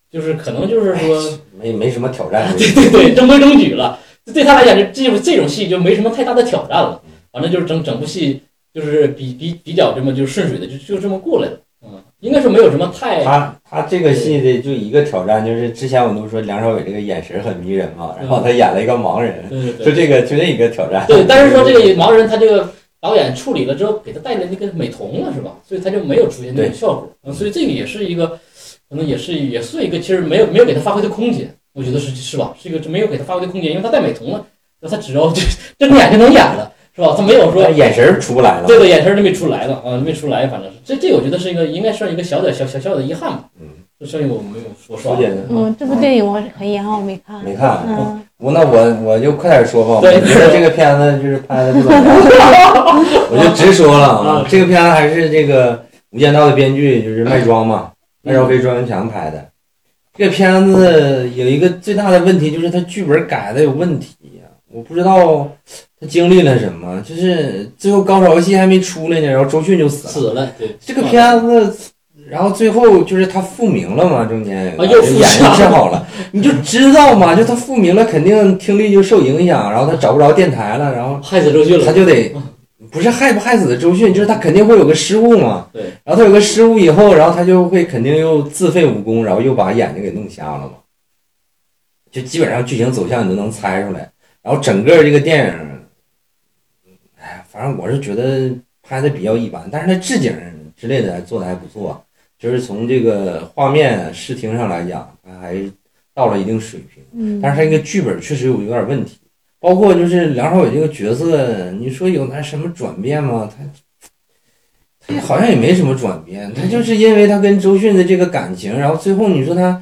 就是可能就是说。 没没什么挑 战。对对对，中规中矩了。对他来讲，这这种这种戏就没什么太大的挑战了。反正就是整整部戏就是比比比较这么就顺水的就就这么过来了。嗯，应该是没有什么太他他这个戏的就一个挑战，就是之前我都说梁朝伟这个眼神很迷人嘛，然后他演了一个盲人，嗯对对就对这个就这一个挑 战。对，但是说这个盲人他这个导演处理了之后，给他带了那个美瞳了是吧？所以他就没有出现那种对效果。嗯所以这个也是一个，可能也是也是一个其实没有没有给他发挥的空间，我觉得是是吧？是一个没有给他发挥的空间，因为他戴美瞳了，那他只要就 睁眼就能演了是吧？他没有说他眼神儿出不来了。对对，眼神儿都没出来了啊，没出来，反正是这这，我觉得是一个应该算一个小点小小小的遗憾吧。嗯，这剩下我没有我说苏完了。姐呢？嗯，这部电影我很遗憾我没看。没看。啊嗯，我那我我就快点说吧，我对觉得这个片子就是拍的不怎么样，我就直说了啊啊，这个片子还是这个《无间道》的编剧就是麦庄嘛，麦兆飞、庄文强拍的。这个片子有一个最大的问题就是它剧本改的有问题呀、我不知道他经历了什么，就是最后高潮戏还没出来呢，然后周迅就死了。死了，对，啊这个片子，然后最后就是他复明了嘛，中间啊又复演查的太好了，你就知道嘛，就他复明了，肯定听力就受影响，然后他找不着电台了，然后害死周迅他了，就得不是害不害死周迅，就是他肯定会有个失误嘛。对，然后他有个失误以后，然后他就会肯定又自废武功，然后又把眼睛给弄瞎了嘛。就基本上剧情走向你都能猜出来，然后整个这个电影，哎，反正我是觉得拍的比较一般，但是它置景之类的做的还不错，就是从这个画面视听上来讲，它还到了一定水平。嗯，但是他这个剧本确实有有点问题，包括就是梁朝伟这个角色，你说有那什么转变吗？他他好像也没什么转变，他就是因为他跟周迅的这个感情，然后最后你说他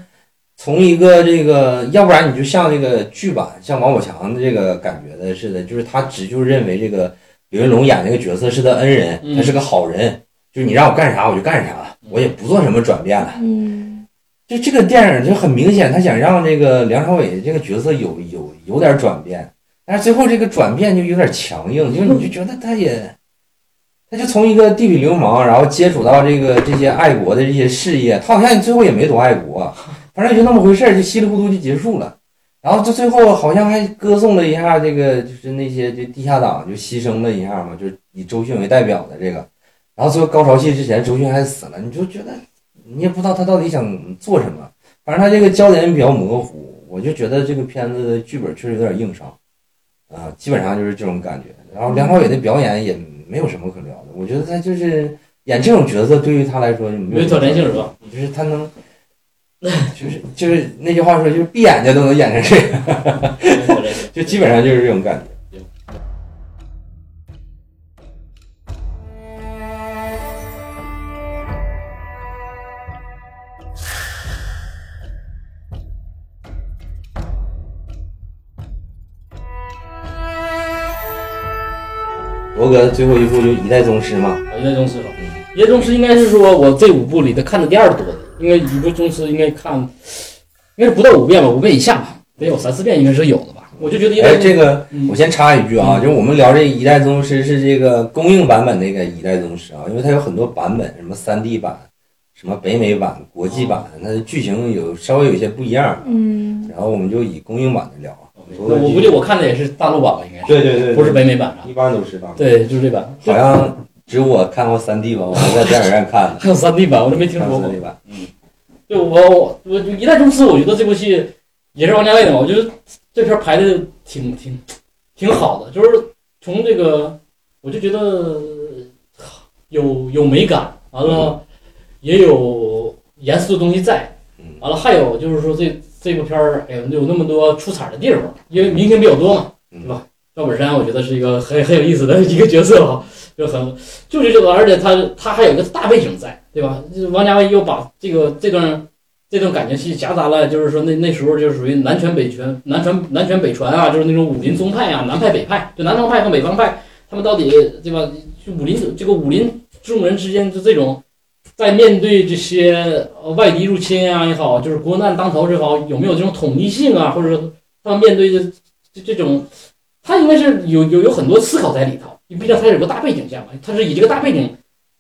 从一个这个，要不然你就像这个剧版，像王宝强的这个感觉的似的，就是他只就认为这个刘云龙演这个角色是他恩人，嗯他是个好人，就是你让我干啥我就干啥，我也不做什么转变了。嗯就这个电影就很明显，他想让这个梁朝伟这个角色有有有点转变，但是最后这个转变就有点强硬，就是你就觉得他也，他就从一个地痞流氓，然后接触到这个这些爱国的这些事业，他好像最后也没多爱国，反正也就那么回事儿，就稀里糊涂就结束了。然后这最后好像还歌颂了一下这个，就是那些就地下党就牺牲了一下嘛，就是以周迅为代表的这个，然后最后高潮戏之前周迅还死了，你就觉得你也不知道他到底想做什么，反正他这个焦点比较模糊，我就觉得这个片子的剧本确实有点硬伤，啊，基本上就是这种感觉。然后梁朝伟的表演也没有什么可聊的，我觉得他就是演这种角色对于他来说就没没有挑战性是 吧？就是他能，就是就是那句话说，就是闭眼睛都能演成这样， 就基本上就是这种感觉。罗哥最后一部就一代宗师嘛，一代宗师了，一代宗师应该是说我这五部里的看的第二多的，应该一部宗师应该看，应该是不到五遍吧，五遍以下吧，得有三四遍应该是有的吧。我就觉得一代哎，宗师这个嗯我先插一句啊，就是我们聊这一代宗师是这个公映版本那个一代宗师啊，因为它有很多版本，什么三 D 版、什么北美版、国哦际版，它的剧情有稍微有一些不一样。嗯然后我们就以公映版的聊啊。我哦我估计我看的也是大陆版吧，应该是对对对不是北美版啊。一般都是吧？对，就是这版。好像只有我看过三 D 吧，我还在电影院看的。 还有三 D 版，我都没 听看说过过三。D 版，对我我我一代宗师，我觉得这部戏也是王家卫的嘛，我觉得这片儿拍的挺挺挺好的，就是从这个我就觉得有有美感，完了也有严肃的东西在嗯，完了还有就是说这这部片儿，哎呦有那么多出彩的地方，因为明星比较多嘛，嗯对吧？赵本山我觉得是一个很很有意思的一个角色啊，就很就是这个，而且他他还有一个大背景在，对吧？就是王家卫又把这个这段这段感情戏夹杂了，就是说那那时候就属于南拳北拳、南拳南拳北拳啊，就是那种武林宗派啊，南派北派，就南方派和北方派，他们到底对吧？就武林这个武林众人之间就这种，在面对这些呃外敌入侵啊也好，就是国难当头也好，有没有这种统一性啊，或者说他们面对的这这种他应该是有有有很多思考在里头，毕竟他有个大背景下嘛，他是以这个大背景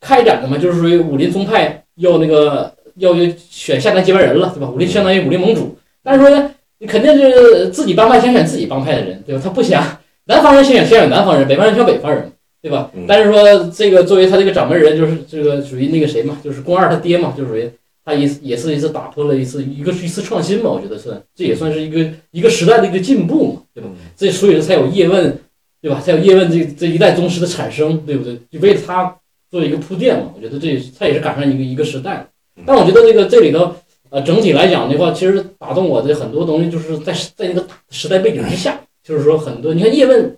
开展的嘛，就是属于武林宗派要那个要选下南接班人了，对吧？武林相当于武林盟主，但是说呢，你肯定是自己帮派先选自己帮派的人，对吧？他不想 南方人先选先选南方人，北方人选北方人，对吧嗯？但是说这个作为他这个掌门人，就是这个属于那个谁嘛，就是宫二他爹嘛，就属于他也也是一次打破了一次一个一次创新嘛，我觉得算这也算是一个一个时代的一个进步嘛，对吧？这所以才有叶问，对吧？才有叶问这这一代宗师的产生，对不对？就为他做一个铺垫嘛。我觉得这也是他也是赶上一个一个时代了嗯。但我觉得这个这里头，呃，整体来讲的话，其实打动我的很多东西，就是在在那个时代背景之下，就是说很多你看叶问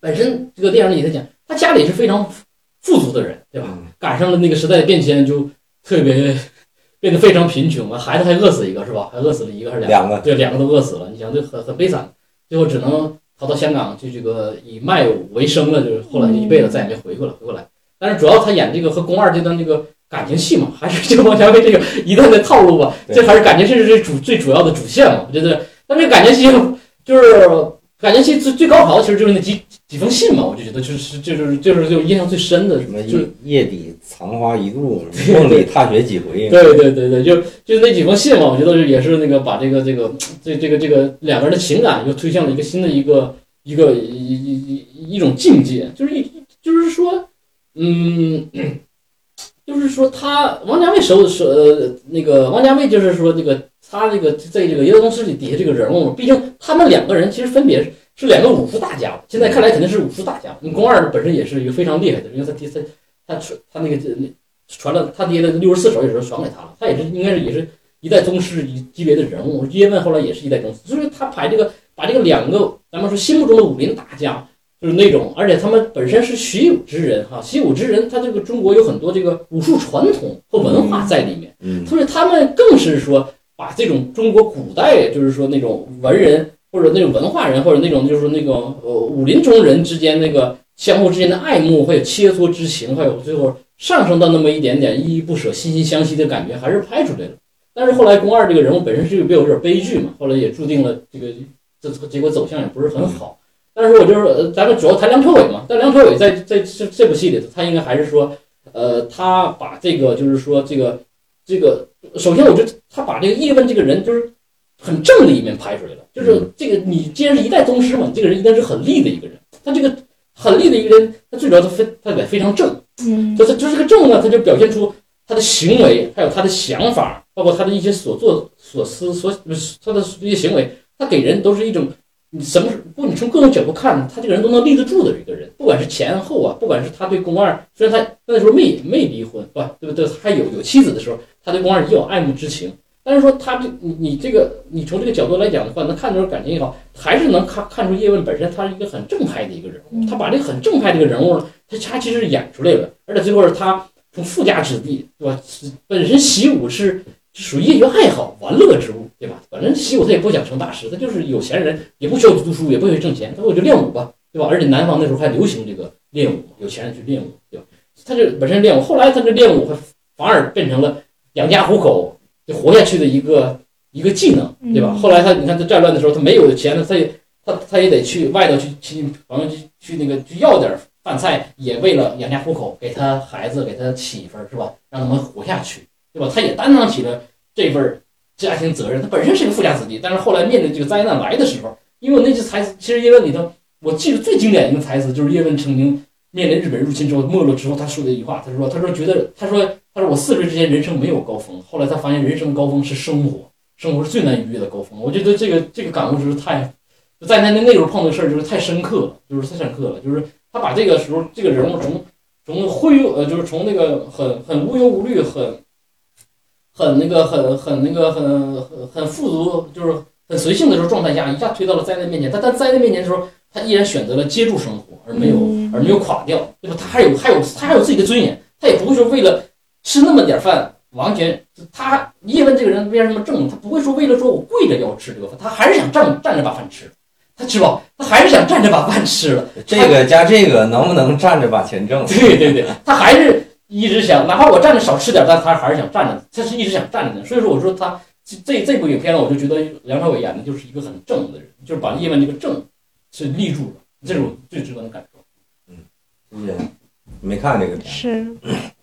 本身这个电影里头讲，他家里是非常富足的人，对吧？嗯赶上了那个时代的变迁，就特别变得非常贫穷啊，孩子还饿死一个是吧？还饿死了一个还是两个？两个对，两个都饿死了，你想这很很悲惨，最后只能逃到香港去这个以卖武为生了，就是后来就一辈子再也没回过了，回过来。但是主要他演这个和宫二这段这个感情戏嘛，还是这个王家卫这个一贯的套路吧，对这还是感情戏是最主最主要的主线嘛，我觉得。但这个感情戏就是感觉其实最最高潮的其实就是那几几封信嘛，我就觉得就是就是就是就印象最深的，什么就是夜夜底藏花一度，梦里踏雪几回，对对对对，就就那几封信嘛，我觉得是也是那个把这个这个这这个这个两个人的情感又推向了一个新的一个一个一一一一种境界，就是一就是说，嗯，就是说他王家卫手手呃那个王家卫就是说这个他这个在这个《椰子公司》里底下这个人物，毕竟他们两个人其实分别是。是两个武术大家，现在看来肯定是武术大家。宫二本身也是一个非常厉害的，因为他第三，他传他那个传了他爹的六十四手也是传给他了，他也是应该是也是一代宗师一级别的人物，叶问后来也是一代宗师，所以说他排这个把这个两个咱们说心目中的武林大家，就是那种，而且他们本身是习武之人哈，习武之人，他这个中国有很多这个武术传统和文化在里面。嗯，所以他们更是说把这种中国古代就是说那种文人或者那种文化人或者那种就是那种呃武林中人之间那个相互之间的爱慕，还有切磋之情，还有最后上升到那么一点点依依不舍、惺惺相惜的感觉，还是拍出来了。但是后来宫二这个人物本身是比较有点悲剧嘛，后来也注定了这个这这结果走向也不是很好。但是我就是呃咱们主要谈梁朝伟嘛，但梁朝伟在在这这部戏里头，他应该还是说，呃，他把这个就是说这个这个首先，我觉得他把这个叶问这个人就是很正的一面拍出来了，就是这个你既然是一代宗师嘛，你这个人一定是很厉的一个人。他这个很厉的一个人，他最主要他非他得非常正，嗯就他就是这个正呢，他就表现出他的行为，还有他的想法，包括他的一些所作所思所他的一些行为，他给人都是一种你什么时不你从各种角度看，他这个人都能立得住的一个人，不管是前后啊，不管是他对宫二，虽然他那时候没没离婚，不对不对，还有有妻子的时候，他对宫二也有爱慕之情。但是说他这你你这个你从这个角度来讲的话，能看出感情也好，还是能看看出叶问本身他是一个很正派的一个人物，嗯他把这个很正派的一个人物呢，他他其实演出来了，而且最后是他从富家子弟，对吧？是本身习武是属于业余爱好、玩乐之物，对吧？反正习武他也不想成大师，他就是有钱人，也不需要去读书，也不需要去挣钱，他说我就练武吧，对吧？而且南方那时候还流行这个练武，有钱人去练武，对吧？他这本身练武，后来他这练武还反而变成了养家糊口就活下去的一个一个技能，对吧？嗯后来他你看他战乱的时候，他没有钱了，他也他他也得去外头去去朋友去去那个去要点饭菜，也为了养家糊口，给他孩子给他媳妇儿是吧？让他们活下去，对吧？他也担当起了这份儿家庭责任。他本身是个富家子弟，但是后来面对这个灾难来的时候，因为我那句台词，其实叶问里头，我记得最经典的一个台词就是叶问曾经面临日本入侵之后没落之后他说的一句话，他说他说觉得他说他说我四十岁之前人生没有高峰，后来他发现人生高峰是生活，生活是最难逾越的高峰。我觉得这个这个感悟就是太，就在那那那时候碰到事儿就是太深刻了，就是太深刻了，就是他把这个时候这个人物从从会有呃就是从那个很很无忧无虑很。很那个，很很那个，很很很富足，就是很随性的时候状态下，一下推到了灾难面前。但在灾难面前的时候，他依然选择了接住生活，而没有嗯而没有垮掉，对吧？他还有还有他还有自己的尊严，他也不会说为了吃那么点饭，完全他叶问这个人为什么正？他不会说为了说我跪着要吃这个饭，他还是想站站着把饭吃，他知道他还是想站着把饭吃了。 这个加这个能不能站着把钱挣？对对对，他还是一直想，哪怕我站着少吃点，但他还是想站着，他是一直想站着的。所以说，我说他这这这部影片呢，我就觉得梁朝伟演的就是一个很正的人，就是把叶问这个正是立住了，这是我最直观的感受。就是没看这个片，是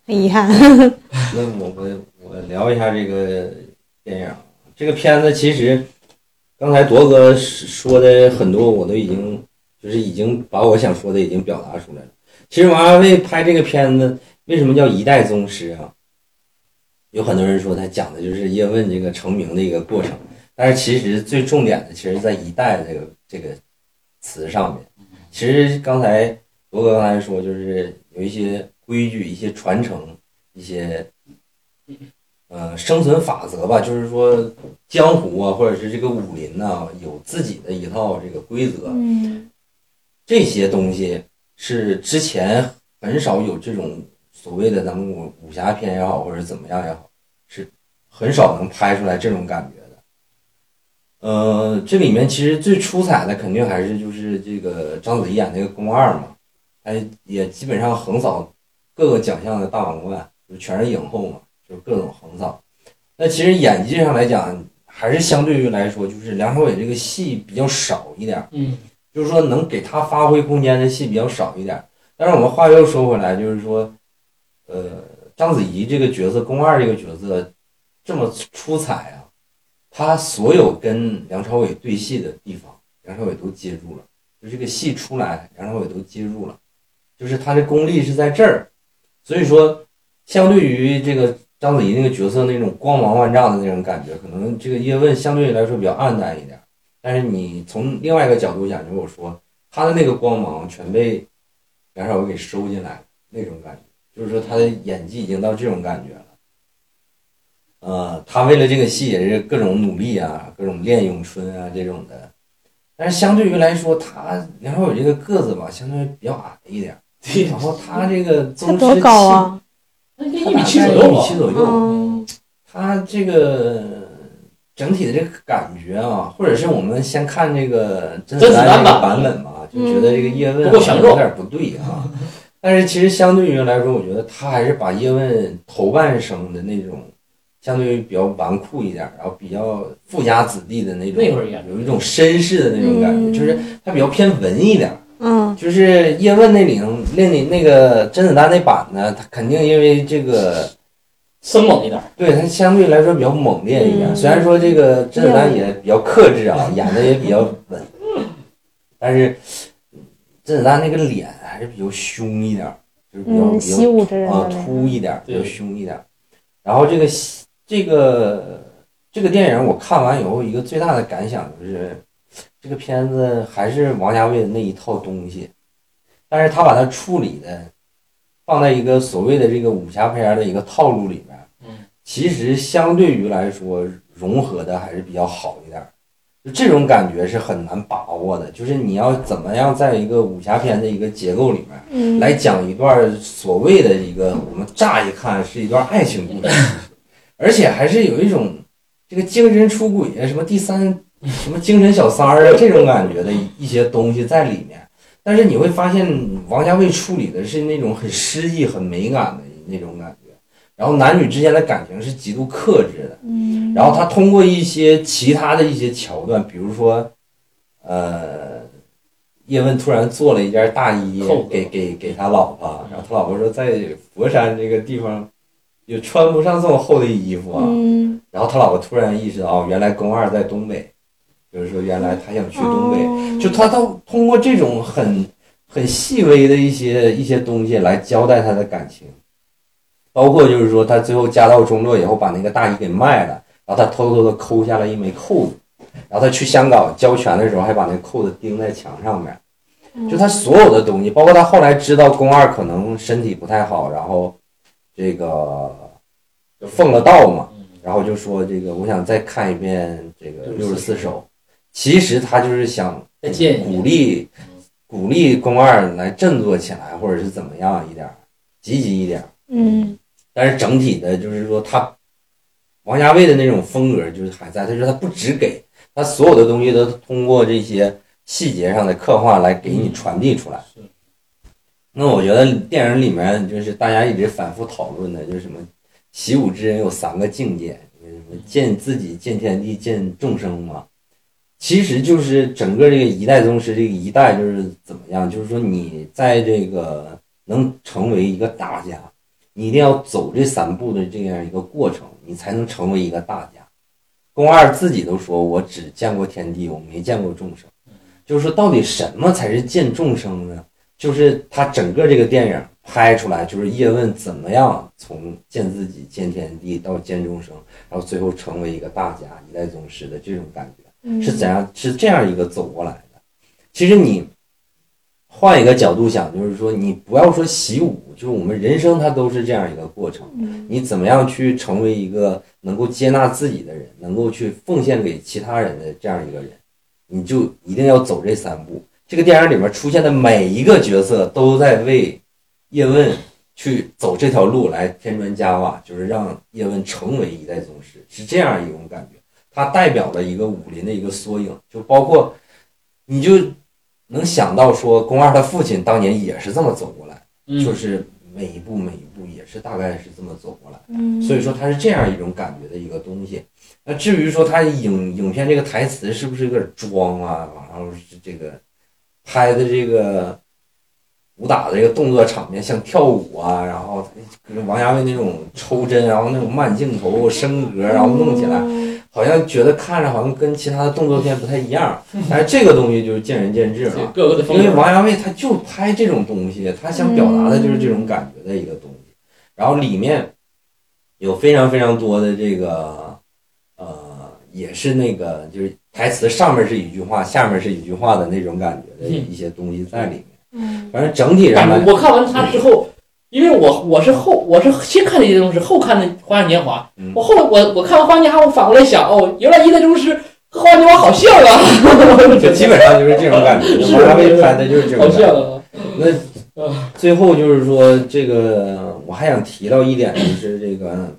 很遗憾，那我我我聊一下这个电影啊，这个片子其实刚才铎哥说的很多，我都已经就是已经把我想说的已经表达出来了。其实王家卫拍这个片子为什么叫一代宗师啊？有很多人说他讲的就是叶问这个成名的一个过程，但是其实最重点的其实在“一代”这个这个词上面。其实刚才铎哥刚才说，就是有一些规矩、一些传承、一些呃生存法则吧，就是说江湖啊，或者是这个武林呐、有自己的一套这个规则。 嗯这些东西是之前很少有这种所谓的咱们武武侠片也好，或者怎么样也好，是很少能拍出来这种感觉的。呃，这里面其实最出彩的肯定还是就是这个章子怡演那个宫二嘛，她也基本上横扫各个奖项的大满贯，就全是影后嘛，就是各种横扫。那其实演技上来讲，还是相对于来说，就是梁朝伟这个戏比较少一点儿。嗯就是说能给他发挥空间的戏比较少一点。但是我们话又说回来，就是说，呃，章子怡这个角色，宫二这个角色这么出彩啊，他所有跟梁朝伟对戏的地方，梁朝伟都接住了，就这个戏出来，梁朝伟都接住了，就是他的功力是在这儿，所以说，相对于这个章子怡那个角色那种光芒万丈的那种感觉，可能这个叶问相对来说比较暗淡一点。但是你从另外一个角度讲，如果说他的那个光芒全被梁朝伟给收进来了，那种感觉，就是说他的演技已经到这种感觉了。呃，他为了这个戏也是各种努力啊，各种练咏春啊这种的。但是相对于来说，他梁朝伟这个个子吧，相对比较矮一点，对然后他这个他宗多师高啊？那气？应他该一米大七概左一右米吧。七左右，嗯，他这个整体的这个感觉啊，或者是我们先看这个甄子丹这个版本嘛，就觉得这个叶不问好够像享受有点不对啊。 但是其实相对于来说，我觉得他还是把叶问头半生的那种，相对于比较纨绔一点，然后比较富家子弟的那种，那会儿演有一种绅士的那种感觉，就是他比较偏文一点。嗯，就是叶问那领那里那个甄子丹那版呢，他肯定因为这个生猛一点儿，对他相对来说比较猛烈一点，嗯虽然说这个甄子丹也比较克制 啊，演的也比较稳，但是甄子丹那个脸还是比较凶一点儿，就是比较、嗯，习比武之人较啊的那突个，一点儿，比对较凶一点儿。然后这个戏这个这个电影我看完以后，一个最大的感想就是，这个片子还是王家卫的那一套东西，但是他把它处理的放在一个所谓的这个武侠片儿的一个套路里面，嗯，其实相对于来说融合的还是比较好一点儿。就这种感觉是很难把握的，就是你要怎么样在一个武侠片的一个结构里面，嗯，来讲一段所谓的一个我们乍一看是一段爱情故事，而且还是有一种这个精神出轨啊，什么第三什么精神小三儿啊这种感觉的一些东西在里面。但是你会发现，王家卫处理的是那种很诗意、很美感的那种感觉，然后男女之间的感情是极度克制的。嗯，然后他通过一些其他的一些桥段，比如说，呃，叶问突然做了一件大衣扣子给给给他老婆，然后他老婆说在佛山这个地方也穿不上这么厚的衣服啊。嗯，然后他老婆突然意识到，哦，原来宫二在东北，就是说原来他想去东北，哦就他都通过这种很很细微的一些一些东西来交代他的感情，包括就是说他最后家道中落以后把那个大衣给卖了，然后他偷偷的抠下了一枚扣子，然后他去香港交拳的时候还把那扣子钉在墙上面，嗯就他所有的东西，包括他后来知道宫二可能身体不太好，然后这个就奉了道嘛，然后就说这个我想再看一遍这个六十四首，其实他就是想再见一鼓面，励嗯鼓励宫二来振作起来，或者是怎么样一点儿，积极一点儿。嗯但是整体的，就是说他王家卫的那种风格就是还在，他说他不只给他所有的东西都通过这些细节上的刻画来给你传递出来。是那我觉得电影里面就是大家一直反复讨论的，就是什么习武之人有三个境界，就是什么见自己、见天地、见众生嘛。其实就是整个这个一代宗师，这个一代就是怎么样？就是说你在这个能成为一个大家，你一定要走这三步的这样一个过程，你才能成为一个大家。宫二自己都说，我只见过天地，我没见过众生。就是说，到底什么才是见众生呢？就是他整个这个电影拍出来，就是叶问怎么样从见自己、见天地到见众生，然后最后成为一个大家、一代宗师的这种感觉。嗯，是怎样是这样一个走过来的。其实你换一个角度想，就是说你不要说习武，就是我们人生它都是这样一个过程。嗯？你怎么样去成为一个能够接纳自己的人，能够去奉献给其他人的这样一个人，你就一定要走这三步。这个电影里面出现的每一个角色都在为叶问去走这条路来添砖加瓦，就是让叶问成为一代宗师，是这样一种感觉。它代表了一个武林的一个缩影，就包括你就能想到说，宫二他父亲当年也是这么走过来。嗯就是每一步每一步也是大概是这么走过来，嗯，所以说它是这样一种感觉的一个东西。那至于说它影影片这个台词是不是有点装啊，然后是这个拍的这个武打的这个动作场面，像跳舞啊，然后王家卫那种抽帧，啊然后那种慢镜头、升格，然后弄起来，嗯好像觉得看着好像跟其他的动作片不太一样，但是这个东西就是见仁见智了。各个的因风为格。王家卫他就拍这种东西，他想表达的就是这种感觉的一个东西。然后里面有非常非常多的这个，呃，也是那个就是台词上面是一句话，下面是一句话的那种感觉的嗯一些东西在里面。嗯反正整体上感来，觉我看完他之后，因为我我是后我是先看的《一代宗师》，后看的《花样年华》嗯我后来我我看完《花样年华》，我反过来想，哦，原来《一代宗师》和《花样年华》好像啊， 就基本上就是这种感觉。是王家卫拍的就是这种好感觉。像啊，那最后就是说，这个我还想提到一点，就是这个，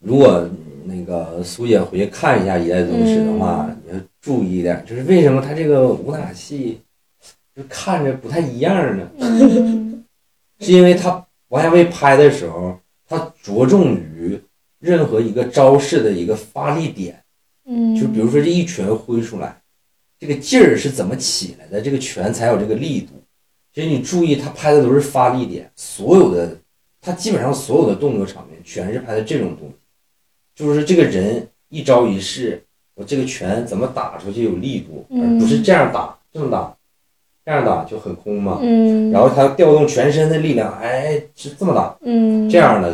如果那个苏姐回去看一下《一代宗师》的话，你要注意一点，就是为什么他这个武打戏就看着不太一样呢？嗯是因为他王家卫拍的时候，他着重于任何一个招式的一个发力点。嗯，就比如说这一拳挥出来，这个劲儿是怎么起来的，这个拳才有这个力度。其实你注意，他拍的都是发力点，所有的他基本上所有的动作场面全是拍的这种东西，就是这个人一招一式，我这个拳怎么打出去有力度，而不是这样打这么打，这样打就很空嘛。嗯，然后他调动全身的力量，哎，是这么打，嗯这样的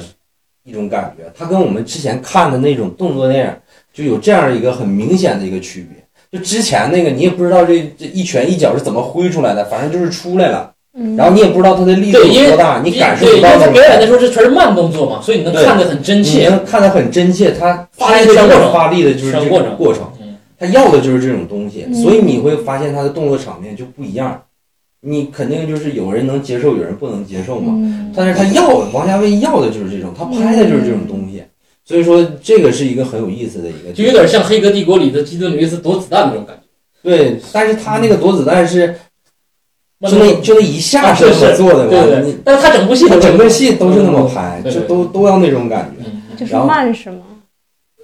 一种感觉。它跟我们之前看的那种动作电影就有这样一个很明显的一个区别。就之前那个你也不知道这这一拳一脚是怎么挥出来的，反正就是出来了，嗯，然后你也不知道它的力度对因有为多大，你感受不到对，因为那他种表演感的觉。时候这全是慢动作嘛，所以你能对看得很真你切。能看得很真切，他发力的的这过种程发力的就是这全个过程过程，嗯他要的就是这种东西，嗯所以你会发现他的动作场面就不一样。你肯定就是有人能接受，有人不能接受嘛。嗯但是他要的王家卫要的就是这种，他拍的就是这种东西，所以说这个是一个很有意思的一个就地有方。点像《黑客帝国》里的基顿·吕斯躲子弹那种感觉，对，但是他那个躲子弹是慢就动那作就那一下是怎么做的啊对吧？对你对，但是他整部戏他都整个戏都是那么拍，对对就对都都要那种感觉，嗯就是然后慢是吗？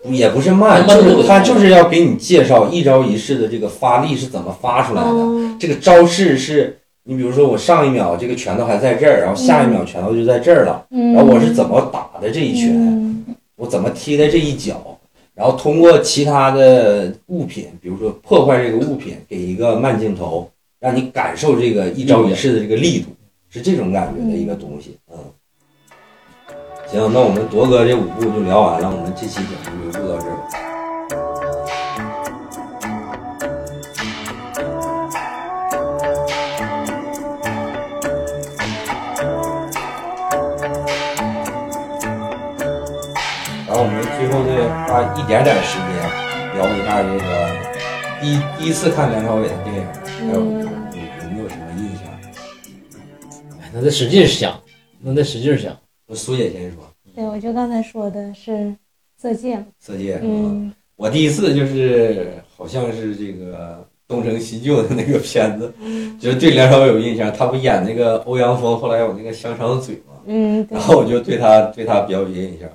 也不是慢，慢就动作是他就是要给你介绍一招一式的这个发力是怎么发出来的，哦，这个招式是。你比如说，我上一秒这个拳头还在这儿，然后下一嗯秒拳头就在这儿了，然然后我是怎么打的这一拳，嗯我怎么踢的这一脚，然后通过其他的物品，比如说破坏这个物品，给一个慢镜头，让你感受这个一招一式的这个力度，是这种感觉的一个东西。嗯，行，那我们铎哥这五部就聊完了，我们这期节目就录到这儿吧。然后我们最后再花一点点时间聊一下这个第一第一次看梁朝伟的电影，还有你有没有什么印象？哎那得使劲想，那得使劲想。那苏姐先说，对，我就刚才说的是色戒，色戒是吧？嗯，我第一次就是好像是这个东成西就的那个片子，嗯就是对梁朝伟有印象。他不演那个欧阳锋，后来有那个香肠嘴嘛，嗯，对然，后我就对他对他比较有印象。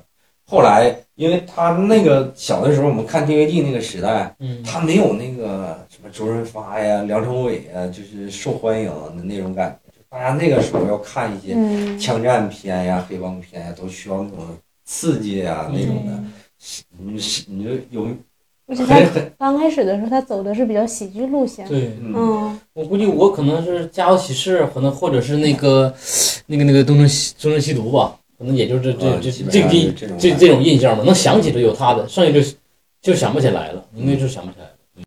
后来，因为他那个小的时候，我们看 DVD 那个时代，嗯，他没有那个什么周润发呀、梁朝伟呀，就是受欢迎的那种感觉。就大家那个时候要看一些嗯，枪战片呀、黑帮片呀，都需要那种刺激呀那种的。嗯哎你是你就有而且很他很刚开始的时候，他走的是比较喜剧路线，对。嗯嗯我估计我可能是《家有喜事》，可能或者是那个那个那个《东成西东成西毒》吧，可能也就这这啊这基本这上就是这这种啊这感这种印象吧，能想起的有他的，剩下就就想不起来了，应该就想不起来了。